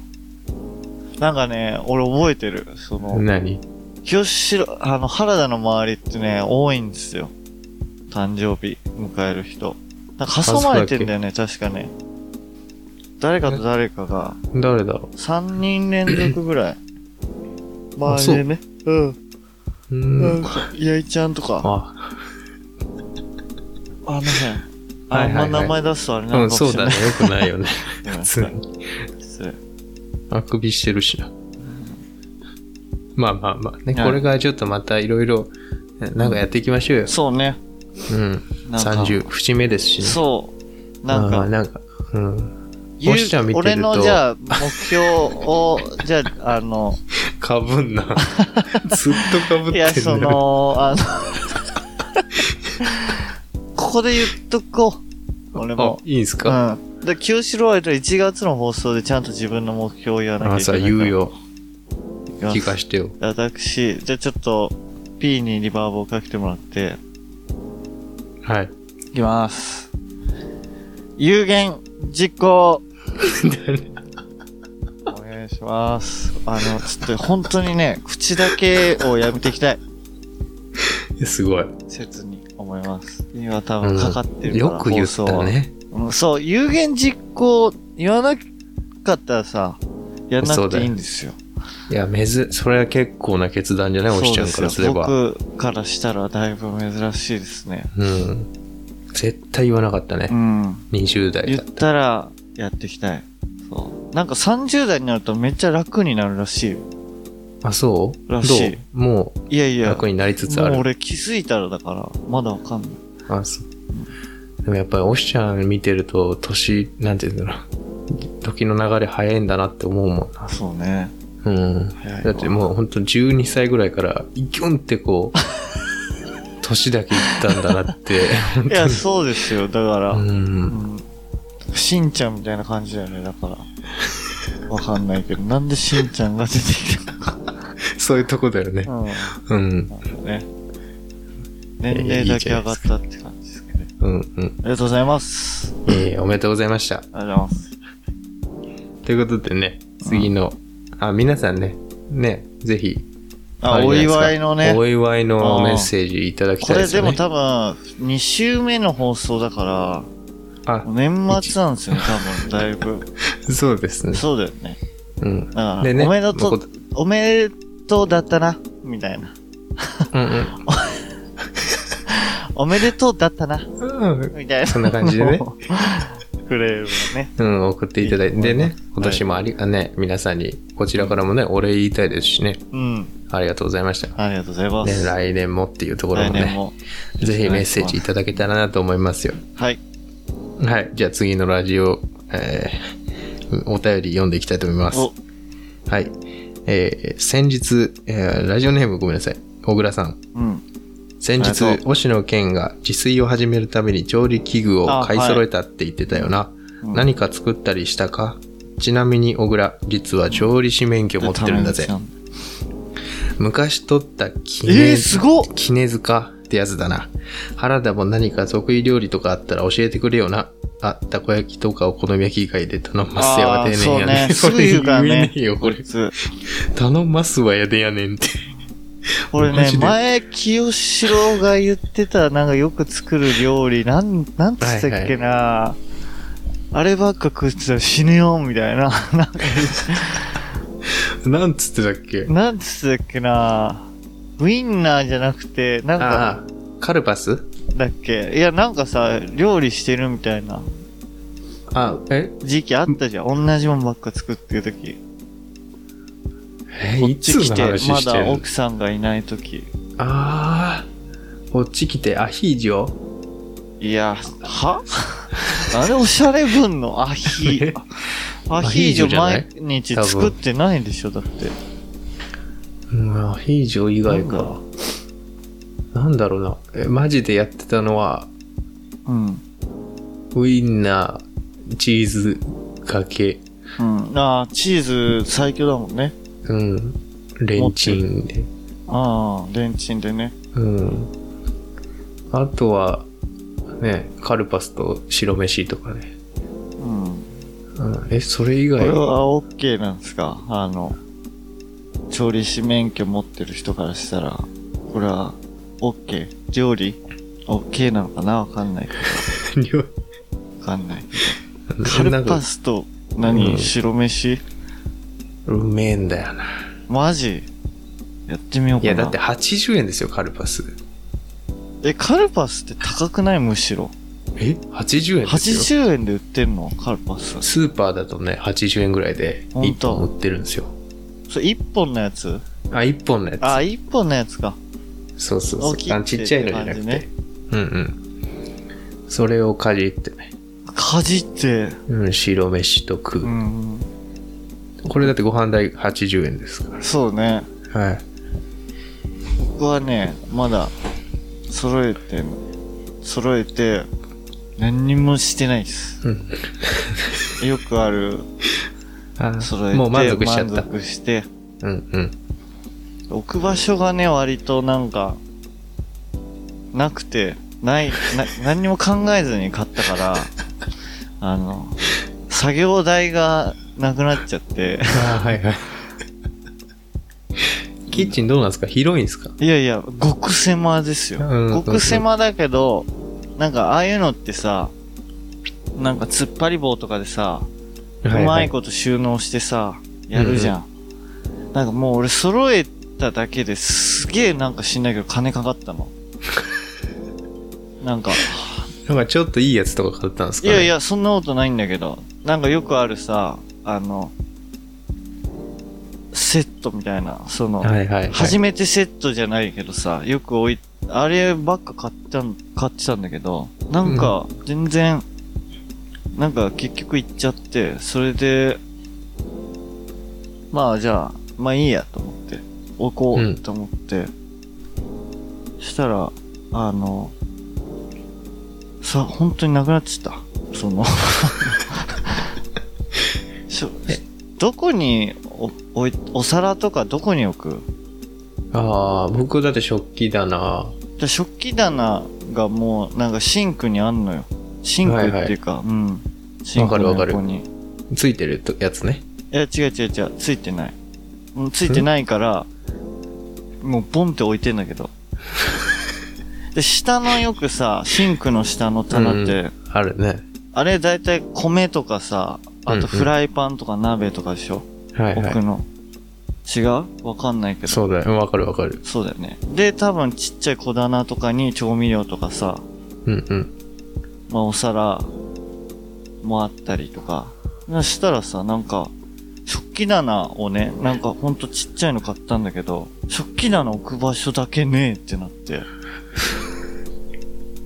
Speaker 4: なんかね、俺覚えてる。その、
Speaker 2: 何
Speaker 4: 清志郎、あの、原田の周りってね、多いんですよ。誕生日迎える人。なんか挟まれてんだよね、確かね。誰かと誰かが、
Speaker 2: 誰だろ
Speaker 4: 3人連続ぐらい。
Speaker 2: あ
Speaker 4: 周りでね。うん。
Speaker 2: うう
Speaker 4: なん
Speaker 2: ーん。
Speaker 4: か、やいちゃんとか、
Speaker 2: あ、
Speaker 4: あの辺。あ
Speaker 2: はいはいはい
Speaker 4: んま名前出すとあれな
Speaker 2: う
Speaker 4: の
Speaker 2: ん、
Speaker 4: かも
Speaker 2: そう
Speaker 4: しれ
Speaker 2: だ
Speaker 4: な
Speaker 2: ね。
Speaker 4: い。
Speaker 2: よくないよね。
Speaker 4: ごめんな
Speaker 2: 普
Speaker 4: さ
Speaker 2: 通
Speaker 4: い失礼
Speaker 2: あくびしてるしな。まあまあまあね、
Speaker 4: はい
Speaker 2: これがちょっとまたいろいろ、なんかやっていきましょうよ。
Speaker 4: そうね。
Speaker 2: うん。
Speaker 4: なんか
Speaker 2: 30、節目ですしね。
Speaker 4: そう。なん
Speaker 2: あー
Speaker 4: か、
Speaker 2: なんか、うん。
Speaker 4: ゆう
Speaker 2: 星ちゃん見てると
Speaker 4: 俺のじゃあ、目標を、じゃあ、あの、
Speaker 2: [laughs] かぶんな。 [laughs] ずっとかぶって
Speaker 4: い
Speaker 2: る
Speaker 4: や、その、あの、ここで言っとこう。俺
Speaker 2: あ
Speaker 4: も、。
Speaker 2: いいんす
Speaker 4: う
Speaker 2: か、
Speaker 4: ん。で、清志郎は1月の放送でちゃんと自分の目標を言わなきゃ
Speaker 2: あ、
Speaker 4: いけ
Speaker 2: さ、
Speaker 4: ない。
Speaker 2: 言う。よ。
Speaker 4: いきます
Speaker 2: 聞かしてよ。
Speaker 4: 私、じゃあちょっと、P にリバーブをかけてもらって、 [laughs]
Speaker 2: はい。
Speaker 4: いきます。有言実行。お願いします。あの、ちょっと本当にね、口だけをやめていきたい。
Speaker 2: すごい。
Speaker 4: 切に思います。今多分かかってるから、
Speaker 2: よく言っ
Speaker 4: 放送
Speaker 2: た
Speaker 4: は。
Speaker 2: ね。
Speaker 4: うん、そう、有言実行言わなかったらさ、やんなくていいんですよ。
Speaker 2: いや、めず、それは結構な決断じゃないおしちゃんからすれば。
Speaker 4: そうですよ僕からしたらだいぶ珍しいですね。
Speaker 2: うん。絶対言わなかった
Speaker 4: う
Speaker 2: ね。
Speaker 4: ん。
Speaker 2: 20代
Speaker 4: 言っ
Speaker 2: だった。
Speaker 4: たらやっていきたい。そう。なんか30代になるとめっちゃ楽になるらしいよ。
Speaker 2: あ、そうど
Speaker 4: ら
Speaker 2: う
Speaker 4: しい
Speaker 2: も
Speaker 4: いやいうや。
Speaker 2: 楽になりつつあ
Speaker 4: もう
Speaker 2: る。
Speaker 4: 俺気づいたらだから、まだわかんない。
Speaker 2: あ、そう。でもやっぱり、おしちゃん見てると、年、なんて言うんだろう。時の流れ早いんだなって思うもんな。
Speaker 4: そうね。
Speaker 2: うん。
Speaker 4: 早いわ
Speaker 2: だってもう本当12歳ぐらいから、ギュンってこう、年だけいったんだな
Speaker 4: [laughs]
Speaker 2: って。
Speaker 4: いや、そうですよ。だから、
Speaker 2: う。
Speaker 4: うんん。しんちゃんみたいな感じだよね。だから。わかんないけど、なんでしんちゃんが出てきたのか。
Speaker 2: そういうとこだよね。
Speaker 4: う
Speaker 2: うん。
Speaker 4: ん。ね。年齢だけ上がったって感じですけどね。
Speaker 2: うんうん。
Speaker 4: ありがとうございます。
Speaker 2: ええおめでとうございました。
Speaker 4: ありがとうございます。
Speaker 2: ということでね、次の、あ、皆さんね、ね、ぜひ、
Speaker 4: あ、
Speaker 2: るじゃ
Speaker 4: お
Speaker 2: ないですか
Speaker 4: 祝いのね。
Speaker 2: お祝いの
Speaker 4: うん
Speaker 2: メッセージいただき
Speaker 4: こ
Speaker 2: たいで
Speaker 4: れ
Speaker 2: すよ
Speaker 4: で
Speaker 2: ね。
Speaker 4: も多分、2週目の放送だか
Speaker 2: あ
Speaker 4: ら、、年末なんですよね、多分、だいぶ。
Speaker 2: そうですね。
Speaker 4: そうだよね。
Speaker 2: うん。
Speaker 4: だから、
Speaker 2: でね
Speaker 4: おめで
Speaker 2: ま
Speaker 4: と
Speaker 2: こと
Speaker 4: う、おめでとうだったな、みたいな。
Speaker 2: うん
Speaker 4: おめでとうだったな、
Speaker 2: うん。うん
Speaker 4: みたいな。
Speaker 2: そんな感じで
Speaker 4: [laughs]
Speaker 2: ね。
Speaker 4: クレームね。
Speaker 2: うん、送っていただいて、
Speaker 4: いいと
Speaker 2: で
Speaker 4: 思います
Speaker 2: ね、今年もあり、あね、皆さんに、こちらからもね、お礼言いたいですしね、
Speaker 4: うん。
Speaker 2: ありがとうございました。
Speaker 4: ありがとうございます。
Speaker 2: ね、来年もっていうところも
Speaker 4: 来年
Speaker 2: ね、
Speaker 4: も。
Speaker 2: ぜひメッセージいただけたらなと思いますよ。
Speaker 4: はい。
Speaker 2: はい、じゃあ次のラジオ、えー、お便り読んでいきたいと思います。
Speaker 4: お、
Speaker 2: はい。えー先日、えーラジオネームごめんなさい。小倉さん。
Speaker 4: うん。
Speaker 2: 先日
Speaker 4: ありが、
Speaker 2: 押野健が自炊を始めるために調理器具を買い揃えたって言ってたよな。
Speaker 4: うん
Speaker 2: 何か作ったりしたかちなみに小倉、実は調理師免許持ってるんだぜ
Speaker 4: で。たまに
Speaker 2: 昔取ったキ
Speaker 4: え
Speaker 2: ネ,、
Speaker 4: ー、すごっ
Speaker 2: キネ塚ってやつだな。原田も何か得意料理とかあったら教えてくれよな。あ、たこ焼きとかお好み焼き以外で頼ますや
Speaker 4: あ
Speaker 2: わ
Speaker 4: ー
Speaker 2: でねんやねん。 [laughs]
Speaker 4: そうねすぐ言うからね
Speaker 2: 言えねえよ、こ
Speaker 4: こ
Speaker 2: れ
Speaker 4: い。つ。
Speaker 2: 頼ますわやでやねんって。 [laughs]
Speaker 4: 俺
Speaker 2: マ
Speaker 4: ね
Speaker 2: ジ、で
Speaker 4: 前、清志郎が言ってた、なんかよく作る料理、なん、なんつったっけな、あればっか食ってたら死ぬよ、みたいな。 [laughs] なんか
Speaker 2: なんつってたっけ
Speaker 4: なんつったっけなウインナーじゃなくて、なん
Speaker 2: あ
Speaker 4: か、
Speaker 2: あ、カルパス
Speaker 4: だっけいや、なんかさ、料理してるみたいな
Speaker 2: あ、え、
Speaker 4: 時期あったじゃん。同じもんばっか作ってる時。
Speaker 2: え、
Speaker 4: こっ
Speaker 2: い
Speaker 4: ち
Speaker 2: つ
Speaker 4: 来
Speaker 2: の
Speaker 4: て、
Speaker 2: 話
Speaker 4: ま
Speaker 2: して
Speaker 4: だ
Speaker 2: るの
Speaker 4: 奥さんがいない時。
Speaker 2: ああ、こっち来てアヒージョ
Speaker 4: いや、は [laughs] あれおしゃれ分のアヒーアヒージ
Speaker 2: アヒージョじ
Speaker 4: ョ
Speaker 2: ゃない
Speaker 4: 毎日作ってないでしょ、だって。
Speaker 2: うん、アヒージョ以外か。なんだろうな。え、マジでやってたのは、
Speaker 4: うん。
Speaker 2: ウインナー、チーズかけ、
Speaker 4: うん。ああ、チーズ最強だもんね。
Speaker 2: うん、レンチンで。
Speaker 4: ああ、レンチンでね。
Speaker 2: うん。あとは、ね、カルパスと白飯とかね。
Speaker 4: うん。
Speaker 2: うん、え、それ以
Speaker 4: こ
Speaker 2: 外
Speaker 4: れ
Speaker 2: は
Speaker 4: は OK なんですかあの、調理師免許持ってる人からしたら、これは OK? 料理 ?OK なのかなわかんない。
Speaker 2: [laughs]
Speaker 4: わかんない。カルパスと何、
Speaker 2: うん
Speaker 4: 白飯
Speaker 2: うめえんだよな。
Speaker 4: マジやってみよう
Speaker 2: い
Speaker 4: かな。
Speaker 2: や、だって80円ですよ、カルパス。
Speaker 4: え、カルパスって高くないむしろ。
Speaker 2: え ?80 円ですよ。
Speaker 4: 80円で売ってんのカルパス。
Speaker 2: スーパーだとね、80円ぐらいで
Speaker 4: 本
Speaker 2: 1
Speaker 4: 当
Speaker 2: 本売ってるんですよ。
Speaker 4: それ1本のやつ
Speaker 2: あ、1本のやつ。
Speaker 4: あ、1本のやつか。
Speaker 2: そうそうそう
Speaker 4: 大きい。
Speaker 2: あちっちゃいのじゃなくて。
Speaker 4: って感
Speaker 2: う
Speaker 4: じ
Speaker 2: んうん。それをかじってね。
Speaker 4: かじって、
Speaker 2: うん、白飯と食う。
Speaker 4: うん、
Speaker 2: これだってご飯代80円ですか
Speaker 4: そうね。
Speaker 2: ら。はい。
Speaker 4: 僕はね、まだ、揃えて、揃えて、何にもしてないです。
Speaker 2: うん。
Speaker 4: よく
Speaker 2: [laughs]
Speaker 4: ある、
Speaker 2: あ
Speaker 4: 揃えて、
Speaker 2: もう満足しちゃっ
Speaker 4: 満
Speaker 2: た。
Speaker 4: 足して、
Speaker 2: うんうん。
Speaker 4: 置く場所がね、割となんか、なくて、
Speaker 2: [laughs]
Speaker 4: ない、な、何にも考えずに買ったから、あの、作業台がなくなっちゃって、
Speaker 2: あはいはい。キッチンどうなんですか広いんですか
Speaker 4: いやいや、極狭ですよ。
Speaker 2: うん
Speaker 4: 極狭だけど、なんかああいうのってさ、なんか突っ張り棒とかでさ、うまいこと収納してさ、やるじゃん。なんかもう俺揃えただけですげえなんか知んないけど金かかったの。なんか、
Speaker 2: なんかちょっといいやつとか買ったんです
Speaker 4: い
Speaker 2: か、ね、
Speaker 4: やいや、そんなことないんだけど、なんかよくあるさ、あの、セットみたいな、その、
Speaker 2: はいはい、はい。
Speaker 4: 初めてセットじゃないけどさ、よく置い、あればっか買ったん、買ってたんだけど、なんか、全然、なんか結局行っちゃって、それで、まあじゃあ、まあいいやと思って、置こ
Speaker 2: うん
Speaker 4: うと思って、したら、あの、さ、本当になくなっちゃった。その、
Speaker 2: [laughs]
Speaker 4: しょ
Speaker 2: え
Speaker 4: どこにおおいお皿とかどこに置く
Speaker 2: ああ、僕だって食器棚。
Speaker 4: で食器棚がもうなんかシンクにあんのよシンクっていうか、うんシンクの
Speaker 2: わかるわかる
Speaker 4: 横に
Speaker 2: ついてるやつね。
Speaker 4: いや違う違う違うついてないうんついてないからもうボンって置いてんだ
Speaker 2: [laughs]
Speaker 4: けどで下のよくさシンクの下の棚って、
Speaker 2: うんあるね。
Speaker 4: あれだいたい米とかさあ
Speaker 2: うんうん
Speaker 4: とフライパンとか鍋とかでしょ、
Speaker 2: はいは
Speaker 4: 奥
Speaker 2: い。
Speaker 4: の違うわかんないけど
Speaker 2: そうだよ。わかるわかる。
Speaker 4: そうだよねで多分ちっちゃい小棚とかに調味料とかさ
Speaker 2: うんうん。
Speaker 4: まあ、お皿もあったりとか。そしたらさ、なんか、食器棚をね、なんかほんとちっちゃいの買ったんだけど、食器棚置く場所だけねえって
Speaker 2: [laughs]
Speaker 4: なって、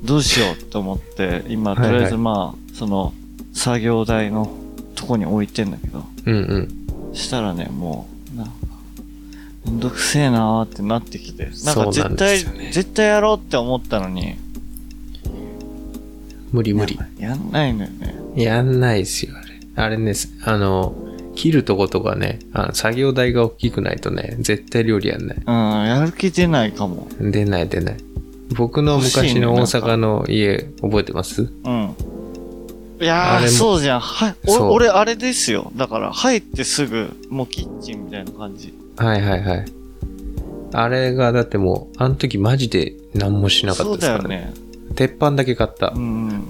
Speaker 4: どうしようと思って、今、とりあえずまあ、その、作業台のとこに置いてんだけど、
Speaker 2: うんうん。
Speaker 4: したらね、もう、なんか、めんどくせえなーってなってきて。なん
Speaker 2: そうな
Speaker 4: か
Speaker 2: ん
Speaker 4: 絶
Speaker 2: で
Speaker 4: 対、
Speaker 2: すよね
Speaker 4: 絶対やろうって思ったのに、
Speaker 2: 無理無理。
Speaker 4: やんないのよね。
Speaker 2: やんないですよ、あれ。あれね、あの、切るとことかね、あの作業台が大きくないとね、絶対料理やんない。
Speaker 4: うん、やる気出ないかも。
Speaker 2: 出ない出ない。僕の昔の大阪の家、覚えてます
Speaker 4: うん。い
Speaker 2: あ
Speaker 4: や
Speaker 2: れも
Speaker 4: ー、そうじゃん。はい、
Speaker 2: そう
Speaker 4: お俺、あれですよ。だから、入ってすぐ、もうキッチンみたいな感じ。
Speaker 2: はいはいはい。あれがだってもう、あの時マジで何もしなかった
Speaker 4: そ
Speaker 2: です
Speaker 4: うだ
Speaker 2: か
Speaker 4: よ
Speaker 2: らね。
Speaker 4: ね。
Speaker 2: 鉄板だけ買った
Speaker 4: う。んうん。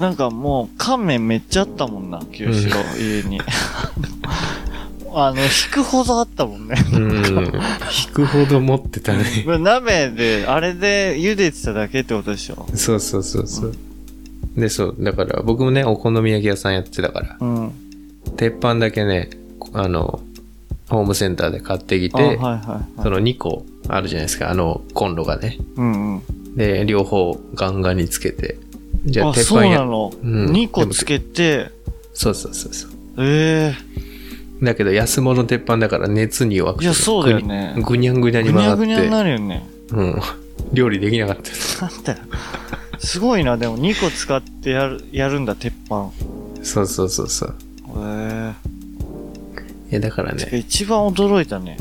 Speaker 4: なんかもう、乾麺めっちゃあったもんな、清志郎、家に。 [laughs] あの、引くほどあった
Speaker 2: [laughs]
Speaker 4: もんね。
Speaker 2: うん。引くほど持ってたね。
Speaker 4: 鍋で、あれで茹でてただけってことでしょ。
Speaker 2: そうそうそうそう。で、そう、だから僕もね、お好み焼き屋さんやってたから、
Speaker 4: うん。
Speaker 2: 鉄板だけね、あの、ホームセンターで買ってき
Speaker 4: あ、はい
Speaker 2: て、
Speaker 4: はいは
Speaker 2: そ
Speaker 4: い。
Speaker 2: の2個あるじゃないですか、あのコンロがね。
Speaker 4: うんうん。
Speaker 2: で、両方ガンガンにつけて。じゃあ、
Speaker 4: あ、
Speaker 2: 鉄
Speaker 4: そう
Speaker 2: 板
Speaker 4: な
Speaker 2: や。
Speaker 4: の。
Speaker 2: うん
Speaker 4: 2個つけて、
Speaker 2: そうそうそうそう。
Speaker 4: ええ
Speaker 2: だけど、安物鉄板だから熱に弱くて。
Speaker 4: いやそうだよね
Speaker 2: ぐにゃんぐにゃ
Speaker 4: ー。
Speaker 2: ん
Speaker 4: ぐ
Speaker 2: に曲
Speaker 4: に
Speaker 2: が
Speaker 4: ゃ
Speaker 2: って。
Speaker 4: ぐにゃになるよね。
Speaker 2: うん。料理できなかった。
Speaker 4: なんだよ。すごいな、でも2個使ってやる、やるんだ、鉄板。
Speaker 2: そうそうそうそう。
Speaker 4: へ
Speaker 2: いや、だから
Speaker 4: え。
Speaker 2: ね。
Speaker 4: 一番驚いたね。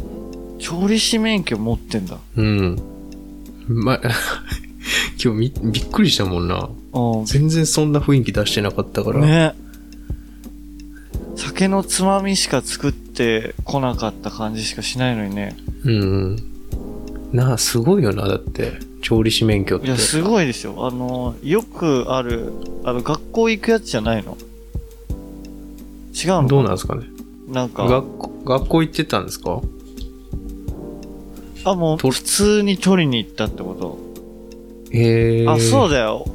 Speaker 4: 調理師免許持ってんだ。
Speaker 2: うん。ま、 [laughs] 今日みびっくりしたもんな。
Speaker 4: う
Speaker 2: 全然そんな雰囲気出してなかったから。
Speaker 4: ん。ね。酒のつまみしか作ってこなかった感じしかしないのにね。
Speaker 2: うんうん。なあ、すごいよな、だって。調理師免許っ
Speaker 4: い
Speaker 2: て。
Speaker 4: や、すごいですよ。あの、よくある、あの、学校行くやつじゃないの違うの
Speaker 2: どうなんですかね。
Speaker 4: なんか、
Speaker 2: 学校学校行ってたんですか
Speaker 4: あ、もう、
Speaker 2: と
Speaker 4: 普通に取りに行ったってこと
Speaker 2: へえ。
Speaker 4: あ、そう
Speaker 2: う
Speaker 4: だよ。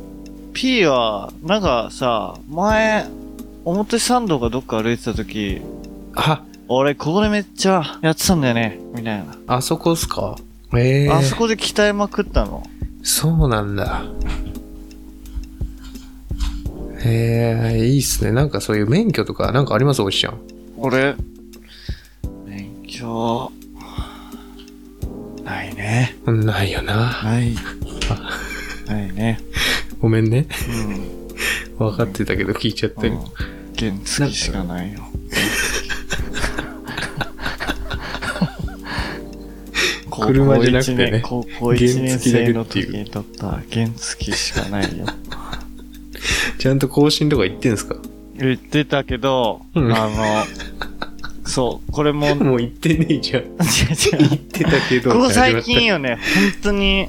Speaker 4: P は、なんかさ、前、表参道がどっか歩いてた時、
Speaker 2: あ、
Speaker 4: 俺ここでめっちゃやってたんだよね、みたいな。
Speaker 2: あそこっすかええ
Speaker 4: あそこで鍛えまくったの。
Speaker 2: そうなんだ。ええいいっすね。なんかそういう免許とか、なんかありますおっちゃん。
Speaker 4: 俺、勉強、ないね。
Speaker 2: うんないよな。
Speaker 4: [laughs] ない。ないね。
Speaker 2: ごめんね。 [laughs]
Speaker 4: うん。
Speaker 2: 分かってたけど聞いちゃって
Speaker 4: う
Speaker 2: る。
Speaker 4: ん原付きしかないよ。
Speaker 2: [laughs] 車じゃなくてね
Speaker 4: 高校1
Speaker 2: 原
Speaker 4: 年
Speaker 2: 付だけ
Speaker 4: 生の
Speaker 2: ってい
Speaker 4: 時
Speaker 2: う
Speaker 4: に取った原付きしかないよ。
Speaker 2: ちゃんと更新とか言ってんすか
Speaker 4: 言ってたけど、
Speaker 2: うん
Speaker 4: あの、そう、これ [laughs] も、違う
Speaker 2: もう言ってねえじゃん。
Speaker 4: 違う。
Speaker 2: 言ってたけど。
Speaker 4: ここ最近よね、本当に、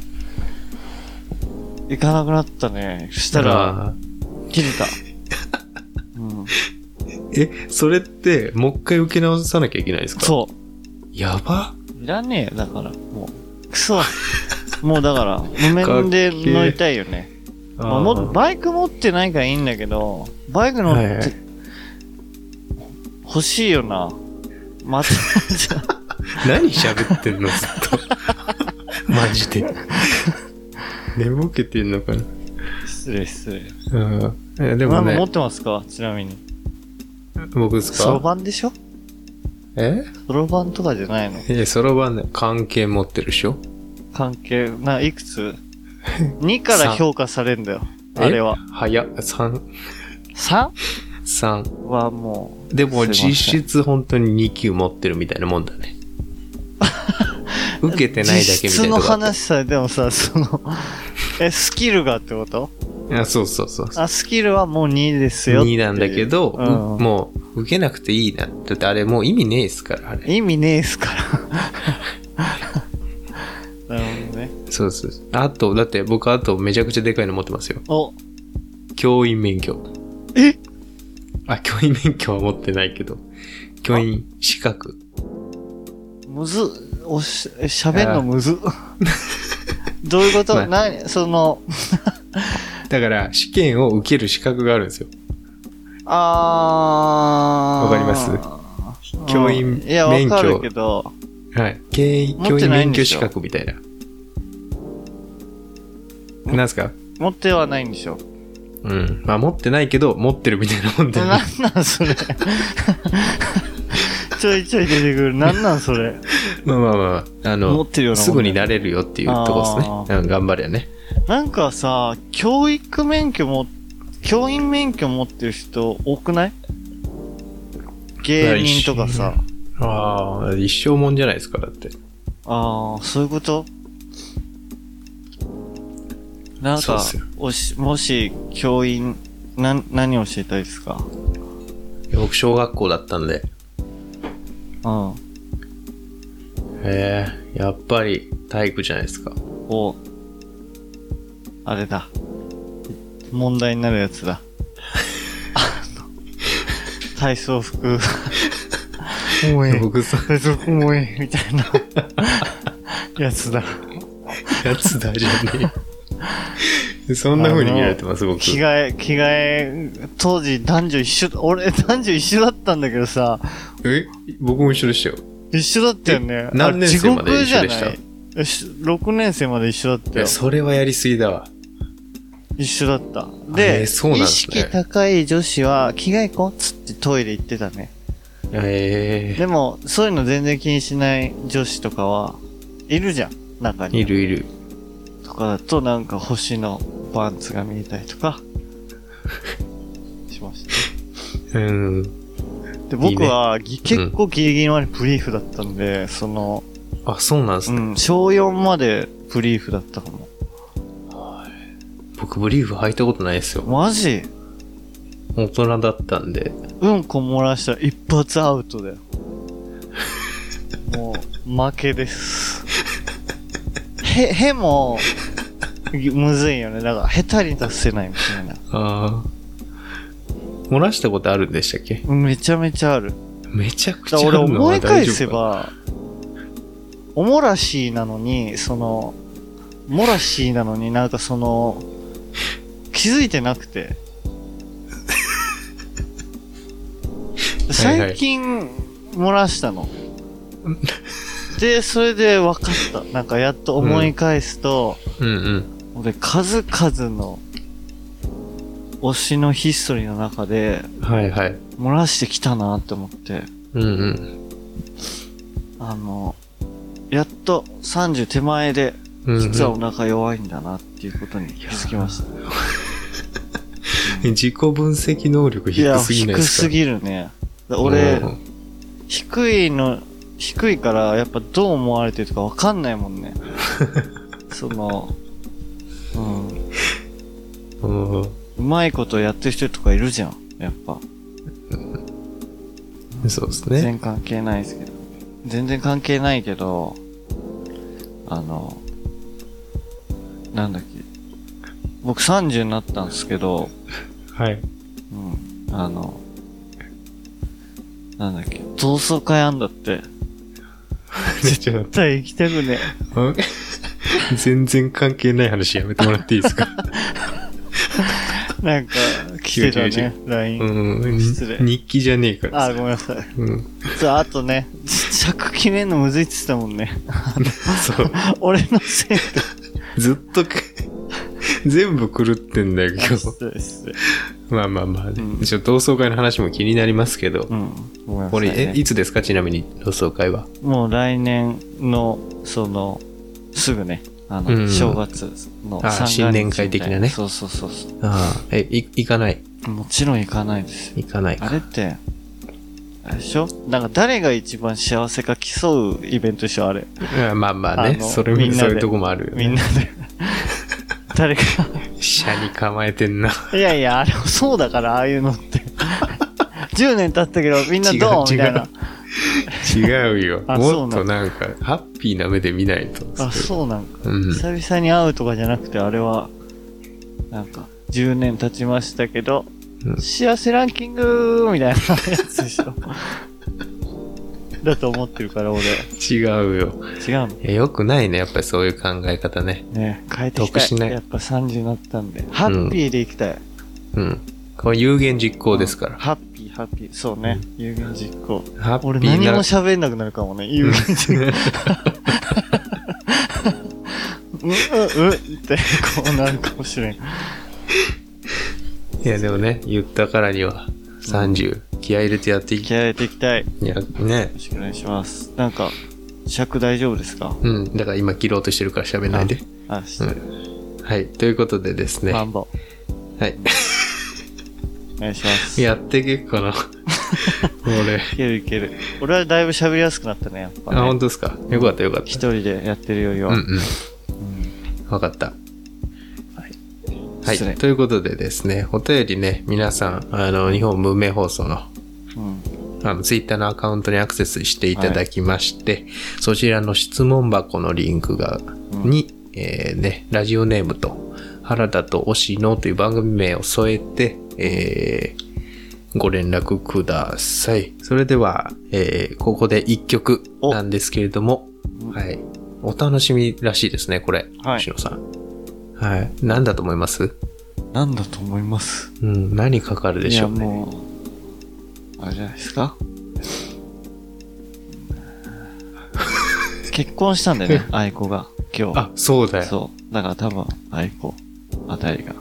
Speaker 4: 行かなくなったね。そしたら、
Speaker 2: あ
Speaker 4: 切れた。うん、
Speaker 2: ーえ、それって、もう一回受け直さなきゃいけないんですか
Speaker 4: そ
Speaker 2: やば
Speaker 4: う。いらねえよ、だから、もう。くそ。もうだから、無免で乗りたいよね。まあ、も
Speaker 2: あー
Speaker 4: バイク持ってないからいいんだけど、バイク乗って、
Speaker 2: はいはい
Speaker 4: 欲しいよな。また、 [laughs] じゃ
Speaker 2: 何喋ってん
Speaker 4: [laughs]
Speaker 2: のずっと。マジで。寝ぼけてんのかな
Speaker 4: あ失礼失礼。
Speaker 2: うん。えでも
Speaker 4: なんか持
Speaker 2: ね
Speaker 4: っ、てますかちなみに。
Speaker 2: 僕です
Speaker 4: そろ
Speaker 2: か
Speaker 4: ばんでしょ
Speaker 2: え
Speaker 4: そろばんとかじゃないの
Speaker 2: いや、そろばんね、関係持ってるでしょ
Speaker 4: 関係、な、いくつ ?2 から
Speaker 2: 三
Speaker 4: 評価されんだよ。あれは。。
Speaker 2: え早っ、3、
Speaker 4: 3?
Speaker 2: 3。
Speaker 4: はもう。
Speaker 2: でも
Speaker 4: すいません
Speaker 2: 実質本当に2級持ってるみたいなもんだ
Speaker 4: [laughs]
Speaker 2: ね。受けてないだけみ
Speaker 4: 実
Speaker 2: た
Speaker 4: 質
Speaker 2: いなとこあ
Speaker 4: の
Speaker 2: った。
Speaker 4: 話さ、でもさ、
Speaker 2: [laughs]
Speaker 4: その、え、スキルがってこと
Speaker 2: あそうそうそう。
Speaker 4: あ、スキルはもう2ですよってい
Speaker 2: 2
Speaker 4: う。
Speaker 2: なんだけど、
Speaker 4: うん
Speaker 2: もう受けなくていいな。だってあれもう意味ねえっすから、あれ。
Speaker 4: 意味ねえっ
Speaker 2: [laughs]
Speaker 4: すから。なるほどね。
Speaker 2: そうそうそう。あと、だって僕あとめちゃくちゃでかいの持ってますよ。
Speaker 4: お、
Speaker 2: 教員免許。
Speaker 4: え
Speaker 2: あ、教員免許は持ってないけど。教員資格。
Speaker 4: むずっ、おし、え喋んのむずっ。 [laughs] どういうこと、
Speaker 2: まあ
Speaker 4: な、その、
Speaker 2: だから試験を受ける資格があるんですよ。
Speaker 4: あ
Speaker 2: わ
Speaker 4: ー。
Speaker 2: かります
Speaker 4: うん
Speaker 2: 教員
Speaker 4: いや、わ
Speaker 2: 免許
Speaker 4: かるけど、
Speaker 2: はい。経営
Speaker 4: 持
Speaker 2: 教
Speaker 4: って
Speaker 2: 員
Speaker 4: ないん
Speaker 2: 免許
Speaker 4: でし
Speaker 2: 資
Speaker 4: ょ
Speaker 2: 格みたいな。なんすか
Speaker 4: 持ってはないんでしょ。
Speaker 2: うん。まあ持ってないけど、持ってるみたいなもんだよ
Speaker 4: な
Speaker 2: ね。
Speaker 4: んなんそれ。ちょいちょい出てくる。なんなんそれ。
Speaker 2: [laughs] まあまあまあ、あ
Speaker 4: 持
Speaker 2: の
Speaker 4: っ、てるようなもんだよ
Speaker 2: すぐになれるよっていうとこ
Speaker 4: あ
Speaker 2: ですね。うん、頑張れよね。
Speaker 4: なんかさ、教育免許も、教員免許持ってる人多くない芸人とかさ。
Speaker 2: ああ、一生もんじゃないですか、だって。
Speaker 4: ああ、そういうことなん
Speaker 2: そうっ
Speaker 4: か
Speaker 2: すよ、
Speaker 4: おし、もし、教員、な、何教えたいですか
Speaker 2: 僕、小学校だったんで。
Speaker 4: うん。
Speaker 2: へえ、やっぱり体育じゃないですか。
Speaker 4: おあれだ。問題になる
Speaker 2: [laughs]
Speaker 4: やつだ。あの、体操服。重
Speaker 2: 僕、そ
Speaker 4: [laughs] 体操服重い。みたいな。 [laughs] やつだ。
Speaker 2: やつだじゃ
Speaker 4: [laughs]
Speaker 2: ねえ。そんな風に見られてます、僕。
Speaker 4: 着替え、着替え、当時男女一緒、俺男女一緒だったんだけどさ、
Speaker 2: え僕も一緒でしたよ。
Speaker 4: 一緒だったよね。
Speaker 2: え何年生まで
Speaker 4: あ地獄じゃない
Speaker 2: 一緒で
Speaker 4: よし ?6 年生まで一緒だった
Speaker 2: い
Speaker 4: よ
Speaker 2: や、。それはやりすぎだわ。
Speaker 4: 一緒だった。
Speaker 2: え
Speaker 4: で、
Speaker 2: ーそうなん
Speaker 4: 意
Speaker 2: ですね
Speaker 4: 識高い女子は着替え行こうっつってトイレ行ってたね。
Speaker 2: え
Speaker 4: でも、そういうの全然気にしない女子とかは、いるじゃん。中
Speaker 2: え
Speaker 4: に。
Speaker 2: いるいる。
Speaker 4: とかだと、なんか星のパンツが見えたり
Speaker 2: [laughs]
Speaker 4: とか、しましたね。
Speaker 2: うん。い
Speaker 4: で、
Speaker 2: いね
Speaker 4: 僕はぎ結構ギリギリまでブリーフだったんで、その、
Speaker 2: あ、そうなんです
Speaker 4: う
Speaker 2: ね。
Speaker 4: ん、小4までブリーフだったかも。
Speaker 2: 僕、ブリーフ履いたことないですよ。
Speaker 4: マジ
Speaker 2: 大人だったんで。
Speaker 4: うんこ漏らしたら一発アウトだよ。もう、負けです。へ、へも、むずいよね。だから、下手に出せないみたいな。
Speaker 2: ああ。漏らしたことあるんでしたっけ
Speaker 4: めちゃめちゃある。
Speaker 2: めちゃくちゃ
Speaker 4: だ
Speaker 2: あ
Speaker 4: から
Speaker 2: る
Speaker 4: 俺
Speaker 2: の
Speaker 4: 思
Speaker 2: はい
Speaker 4: 返
Speaker 2: 大丈
Speaker 4: せ
Speaker 2: 夫か。
Speaker 4: ば、おもらしなのに、その、もらしなのになんかその、き気づいてなくて。最近、漏らしたの。で、それで分かった。なんかやっと思い返すと、
Speaker 2: うんうん。
Speaker 4: 俺、数々の推しのヒストリーの中で、
Speaker 2: はいはい。
Speaker 4: 漏らしてきたなって思って、
Speaker 2: うんうん。
Speaker 4: あの、やっと30手前で、
Speaker 2: うんうん
Speaker 4: 実はお腹弱いんだなっていうことに気づきました。
Speaker 2: [laughs] 自己分析能力
Speaker 4: いや、
Speaker 2: 低すぎない
Speaker 4: 低
Speaker 2: です
Speaker 4: す
Speaker 2: か
Speaker 4: ぎるね。だ俺
Speaker 2: う、ん
Speaker 4: 低いの、低いから、やっぱどう思われてるかわかんないもん
Speaker 2: [laughs]
Speaker 4: ね。その、うん、
Speaker 2: うん
Speaker 4: うまいことやってる人とかいるじゃん。やっぱ。
Speaker 2: うん。そうです
Speaker 4: 全
Speaker 2: ね。
Speaker 4: 然関係ないですけど。全然関係ないけど、あの、なんだっけ。僕30になったんですけど、
Speaker 2: はい。 [laughs]
Speaker 4: うん、あの、なんだっけ、同窓会あんだって。
Speaker 2: ちょっ
Speaker 4: 絶対行きたくね
Speaker 2: とうん [laughs] 全然関係ない話やめてもらっていいですか
Speaker 4: え。なんか、来てた [laughs]
Speaker 2: 違う違
Speaker 4: ね、LINE。
Speaker 2: うん。
Speaker 4: [laughs] 失礼
Speaker 2: 日記じゃねえから
Speaker 4: あ、
Speaker 2: さ。
Speaker 4: ごめんなさい。
Speaker 2: うん。
Speaker 4: そう、あとね、着決めんのむずいって言ってたもんね。 [laughs]
Speaker 2: そう。
Speaker 4: 俺のせいで。
Speaker 2: ずっとく、 [laughs] 全部狂ってんだよ、今
Speaker 4: [laughs]
Speaker 2: 日。
Speaker 4: 失礼失礼
Speaker 2: まあまあまあ、
Speaker 4: ん
Speaker 2: ね。ちょっと同窓会の話も気になりますけど。
Speaker 4: うん。ごめんなさ
Speaker 2: こ
Speaker 4: い、
Speaker 2: れ、
Speaker 4: ね
Speaker 2: え、。いつですかちなみに同窓会は。
Speaker 4: もう来年の、その、すぐね、あの、
Speaker 2: うん
Speaker 4: 正月の
Speaker 2: あ
Speaker 4: 三が日
Speaker 2: 新年会的なね
Speaker 4: そうそうそうそ
Speaker 2: ああ、え、い行かない。
Speaker 4: う。もちろん行かないですよ。
Speaker 2: 行かない
Speaker 4: あ
Speaker 2: か。
Speaker 4: れって、あれでしょなんか誰が一番幸せか競うイベントでしょあれ。
Speaker 2: うんまあまあね
Speaker 4: あ、の
Speaker 2: それ
Speaker 4: みん
Speaker 2: も、
Speaker 4: な
Speaker 2: そう
Speaker 4: で
Speaker 2: いうとこもあるよ
Speaker 4: みん
Speaker 2: ね。
Speaker 4: な
Speaker 2: [laughs]
Speaker 4: で。誰か。
Speaker 2: 車に構えて
Speaker 4: [laughs]
Speaker 2: んな。
Speaker 4: いやいや、あれもそうだから、ああいうのって。10年経ったけど、みんなどう
Speaker 2: 違う違う
Speaker 4: みたいな。
Speaker 2: 違うよ。
Speaker 4: あ
Speaker 2: も
Speaker 4: そう
Speaker 2: っ
Speaker 4: な
Speaker 2: と
Speaker 4: ん
Speaker 2: なんか、ハッピーな目で見ないと。
Speaker 4: あ、
Speaker 2: う。
Speaker 4: そうなんか。
Speaker 2: うん。
Speaker 4: 久々に会うとかじゃなくて、あれは、なんか、10年経ちましたけど、
Speaker 2: うん
Speaker 4: 幸せランキングみたいなやつでしょ。 [laughs] だと思ってるから、俺。
Speaker 2: 違うよ。
Speaker 4: 違うの
Speaker 2: いやよくないね、やっぱりそういう考え方ね。
Speaker 4: ね変えていき
Speaker 2: 得
Speaker 4: た
Speaker 2: しない
Speaker 4: い。やっぱ30になったんで。ハッピーでいきたい。
Speaker 2: うん。これ有言実行ですか
Speaker 4: ん
Speaker 2: ら。
Speaker 4: ハッピー、ハッピー。そうね。有言実行。
Speaker 2: ハッ
Speaker 4: 俺
Speaker 2: ピー
Speaker 4: 何
Speaker 2: な
Speaker 4: も。喋んなくなるかもね。有言実
Speaker 2: [laughs]
Speaker 4: 行。うん、うん、うんって、こうなるかもしれん。
Speaker 2: いや、でもね、言ったからには、30、気合い入れてやっていき
Speaker 4: 気合入れていきたい。
Speaker 2: いや、ね
Speaker 4: よ。ろしくお願いします。なんか、尺大丈夫ですか
Speaker 2: うん。だから今切ろうとしてるから喋んないで。
Speaker 4: あ、失礼。
Speaker 2: はい。ということでですね。
Speaker 4: マ
Speaker 2: は
Speaker 4: ンボ。
Speaker 2: い。 [laughs]
Speaker 4: お願いします。
Speaker 2: やっていけっかな。俺。
Speaker 4: いけるいける。俺はだいぶ喋りやすくなったね、やっぱ、
Speaker 2: あ、本
Speaker 4: ね。
Speaker 2: 当ですか。よかったよかっ
Speaker 4: 一
Speaker 2: た。
Speaker 4: 人でやってるよりは。
Speaker 2: うん
Speaker 4: う
Speaker 2: うんん。わかった。はい。
Speaker 4: 失礼
Speaker 2: ということでですね、お便りね、皆さん、あの、日本文明放送の、
Speaker 4: うん。
Speaker 2: あの、ツイッターのアカウントにアクセスしていただきまして、そちらの質問箱のリンクが、
Speaker 4: うん
Speaker 2: に、えーね、ラジオネームと、原田と推しのという番組名を添えて、えーご連絡ください。それでは、えーここで一曲
Speaker 4: お
Speaker 2: なんですけれども、はい。お楽しみらしいですね、これ。
Speaker 4: はい
Speaker 2: 星野さん。はい。何だと思います
Speaker 4: なんだと思います
Speaker 2: うん、何かかるで
Speaker 4: い
Speaker 2: しょ
Speaker 4: や、
Speaker 2: うね。
Speaker 4: もう、あれじゃないです
Speaker 2: [laughs]
Speaker 4: か結婚したんだよね、愛子が。今日。
Speaker 2: あ、そうだよ。
Speaker 4: そう。だから多分、愛子あたりが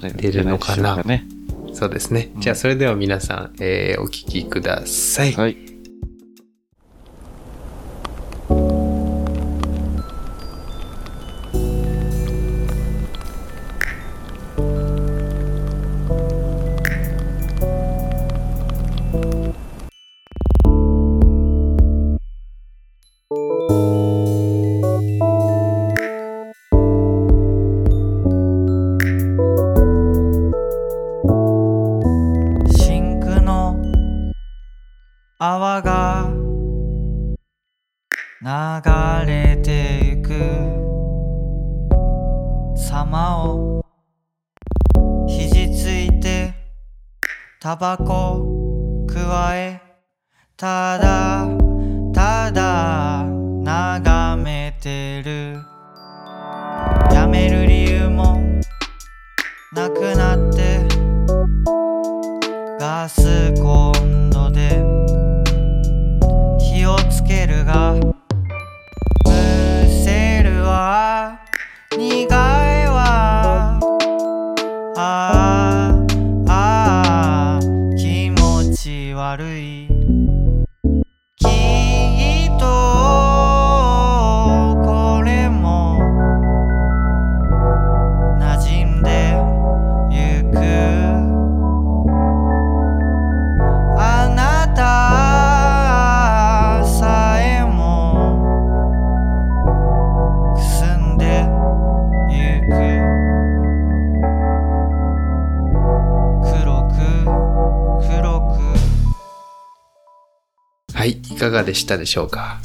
Speaker 4: 流れ
Speaker 2: 出るのかな
Speaker 4: るんじゃいでしょうね。
Speaker 2: そうですね。
Speaker 4: うん
Speaker 2: じゃあ、それでは皆さん、えーお聞きください。
Speaker 4: はい。
Speaker 5: 真空の泡が流れてゆく様を肘ついてタバコくわえただただ眺めてるやめる理由もなくなってガスコンロで火をつけるがブーセルは苦いわあーあー気持ち悪いきっとこれも馴染んでゆくあなたさえもくすんでゆく黒く黒く
Speaker 2: はい、いかがでしたでしょうか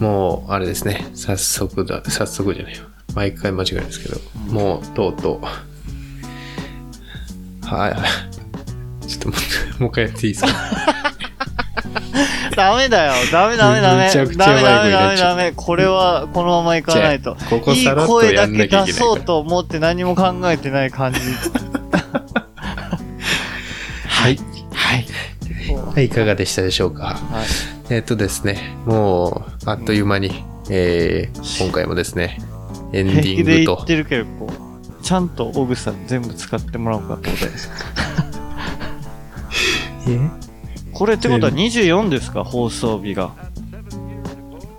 Speaker 2: もう、あれですね、早速だ、早速じゃないよ。毎回間違いですけど、もう、とうとう。はい、ちょっと待って、もう一 [laughs] 回やっていいですか
Speaker 4: ダメだよ。ダメダメダメ。
Speaker 2: めちゃ
Speaker 4: ダ
Speaker 2: く
Speaker 4: メ
Speaker 2: ちゃ
Speaker 4: ダメ
Speaker 2: 迷子に
Speaker 4: ダ
Speaker 2: なっちゃう
Speaker 4: メダメ。これはこのままいかないと
Speaker 2: じゃあ。ここ
Speaker 4: いい
Speaker 2: さらっと
Speaker 4: 声
Speaker 2: や
Speaker 4: だ
Speaker 2: んなきゃ
Speaker 4: け
Speaker 2: いけない
Speaker 4: 出そうと思って何も考えてない感じ。
Speaker 2: はい。
Speaker 4: はい。
Speaker 2: はい、いかがでしたでしょうか
Speaker 4: はい。
Speaker 2: えっとですね、もう、あっという間に、えー、今回もですね、エンデ
Speaker 4: 平
Speaker 2: ィ
Speaker 4: 気
Speaker 2: ング
Speaker 4: で言
Speaker 2: と
Speaker 4: っ、てるけど、こう、ちゃんとオグさん全部使ってもらおうかと思って。これってことは24ですか、放送日が。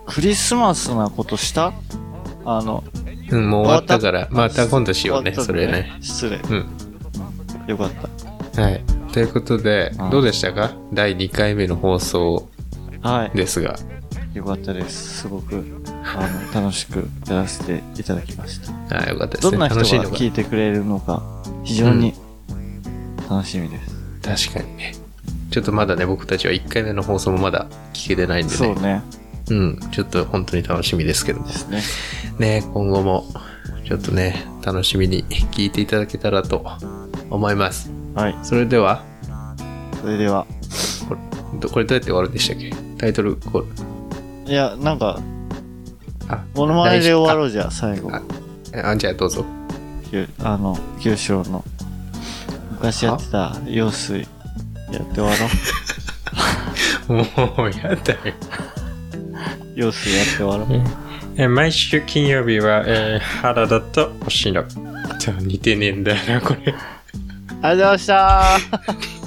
Speaker 4: クリスマスなことしたあの、
Speaker 2: うん、もう終わったから、また今度しようね、
Speaker 4: 終わっ
Speaker 2: そ
Speaker 4: たんだ
Speaker 2: れね。。
Speaker 4: 失礼。
Speaker 2: うん。
Speaker 4: よかった。
Speaker 2: はい。ということで
Speaker 4: う、ん
Speaker 2: どうでしたか第2回目の放送
Speaker 4: はい。
Speaker 2: ですが。
Speaker 4: よかったです。すごく、あの、楽しくやらせていただきました。
Speaker 2: あーよかったですね。
Speaker 4: どんな人
Speaker 2: 楽しい
Speaker 4: が
Speaker 2: のが。
Speaker 4: 聞いてくれるのか、非常に楽しみです。
Speaker 2: 確かにね。ちょっとまだね、僕たちは1回目の放送もまだ聞けてないんで
Speaker 4: そう
Speaker 2: ね。
Speaker 4: ね。
Speaker 2: うん。ちょっと本当に楽しみですけども
Speaker 4: で。すね。
Speaker 2: ね、今後も、ちょっとね、楽しみに聞いていただけたらと思います。
Speaker 4: はい。
Speaker 2: それでは、
Speaker 4: それでは。
Speaker 2: これどこれどうやって終わるんでしたっけタイトルコール。
Speaker 4: いや、なんか、
Speaker 2: あ、
Speaker 4: モノマネで終わろうじゃあ、最後。
Speaker 2: ああじゃあどうぞ。
Speaker 4: きゅあの、九州の、昔やってた、用水、やって終わ
Speaker 2: [laughs]
Speaker 4: ろう。
Speaker 2: もう、やだよ。
Speaker 4: 用水やって終わろう。
Speaker 2: えー毎週金曜日は、えー、原田と星野。ちょ似てねえんだよな、これ。
Speaker 4: ありがとうございました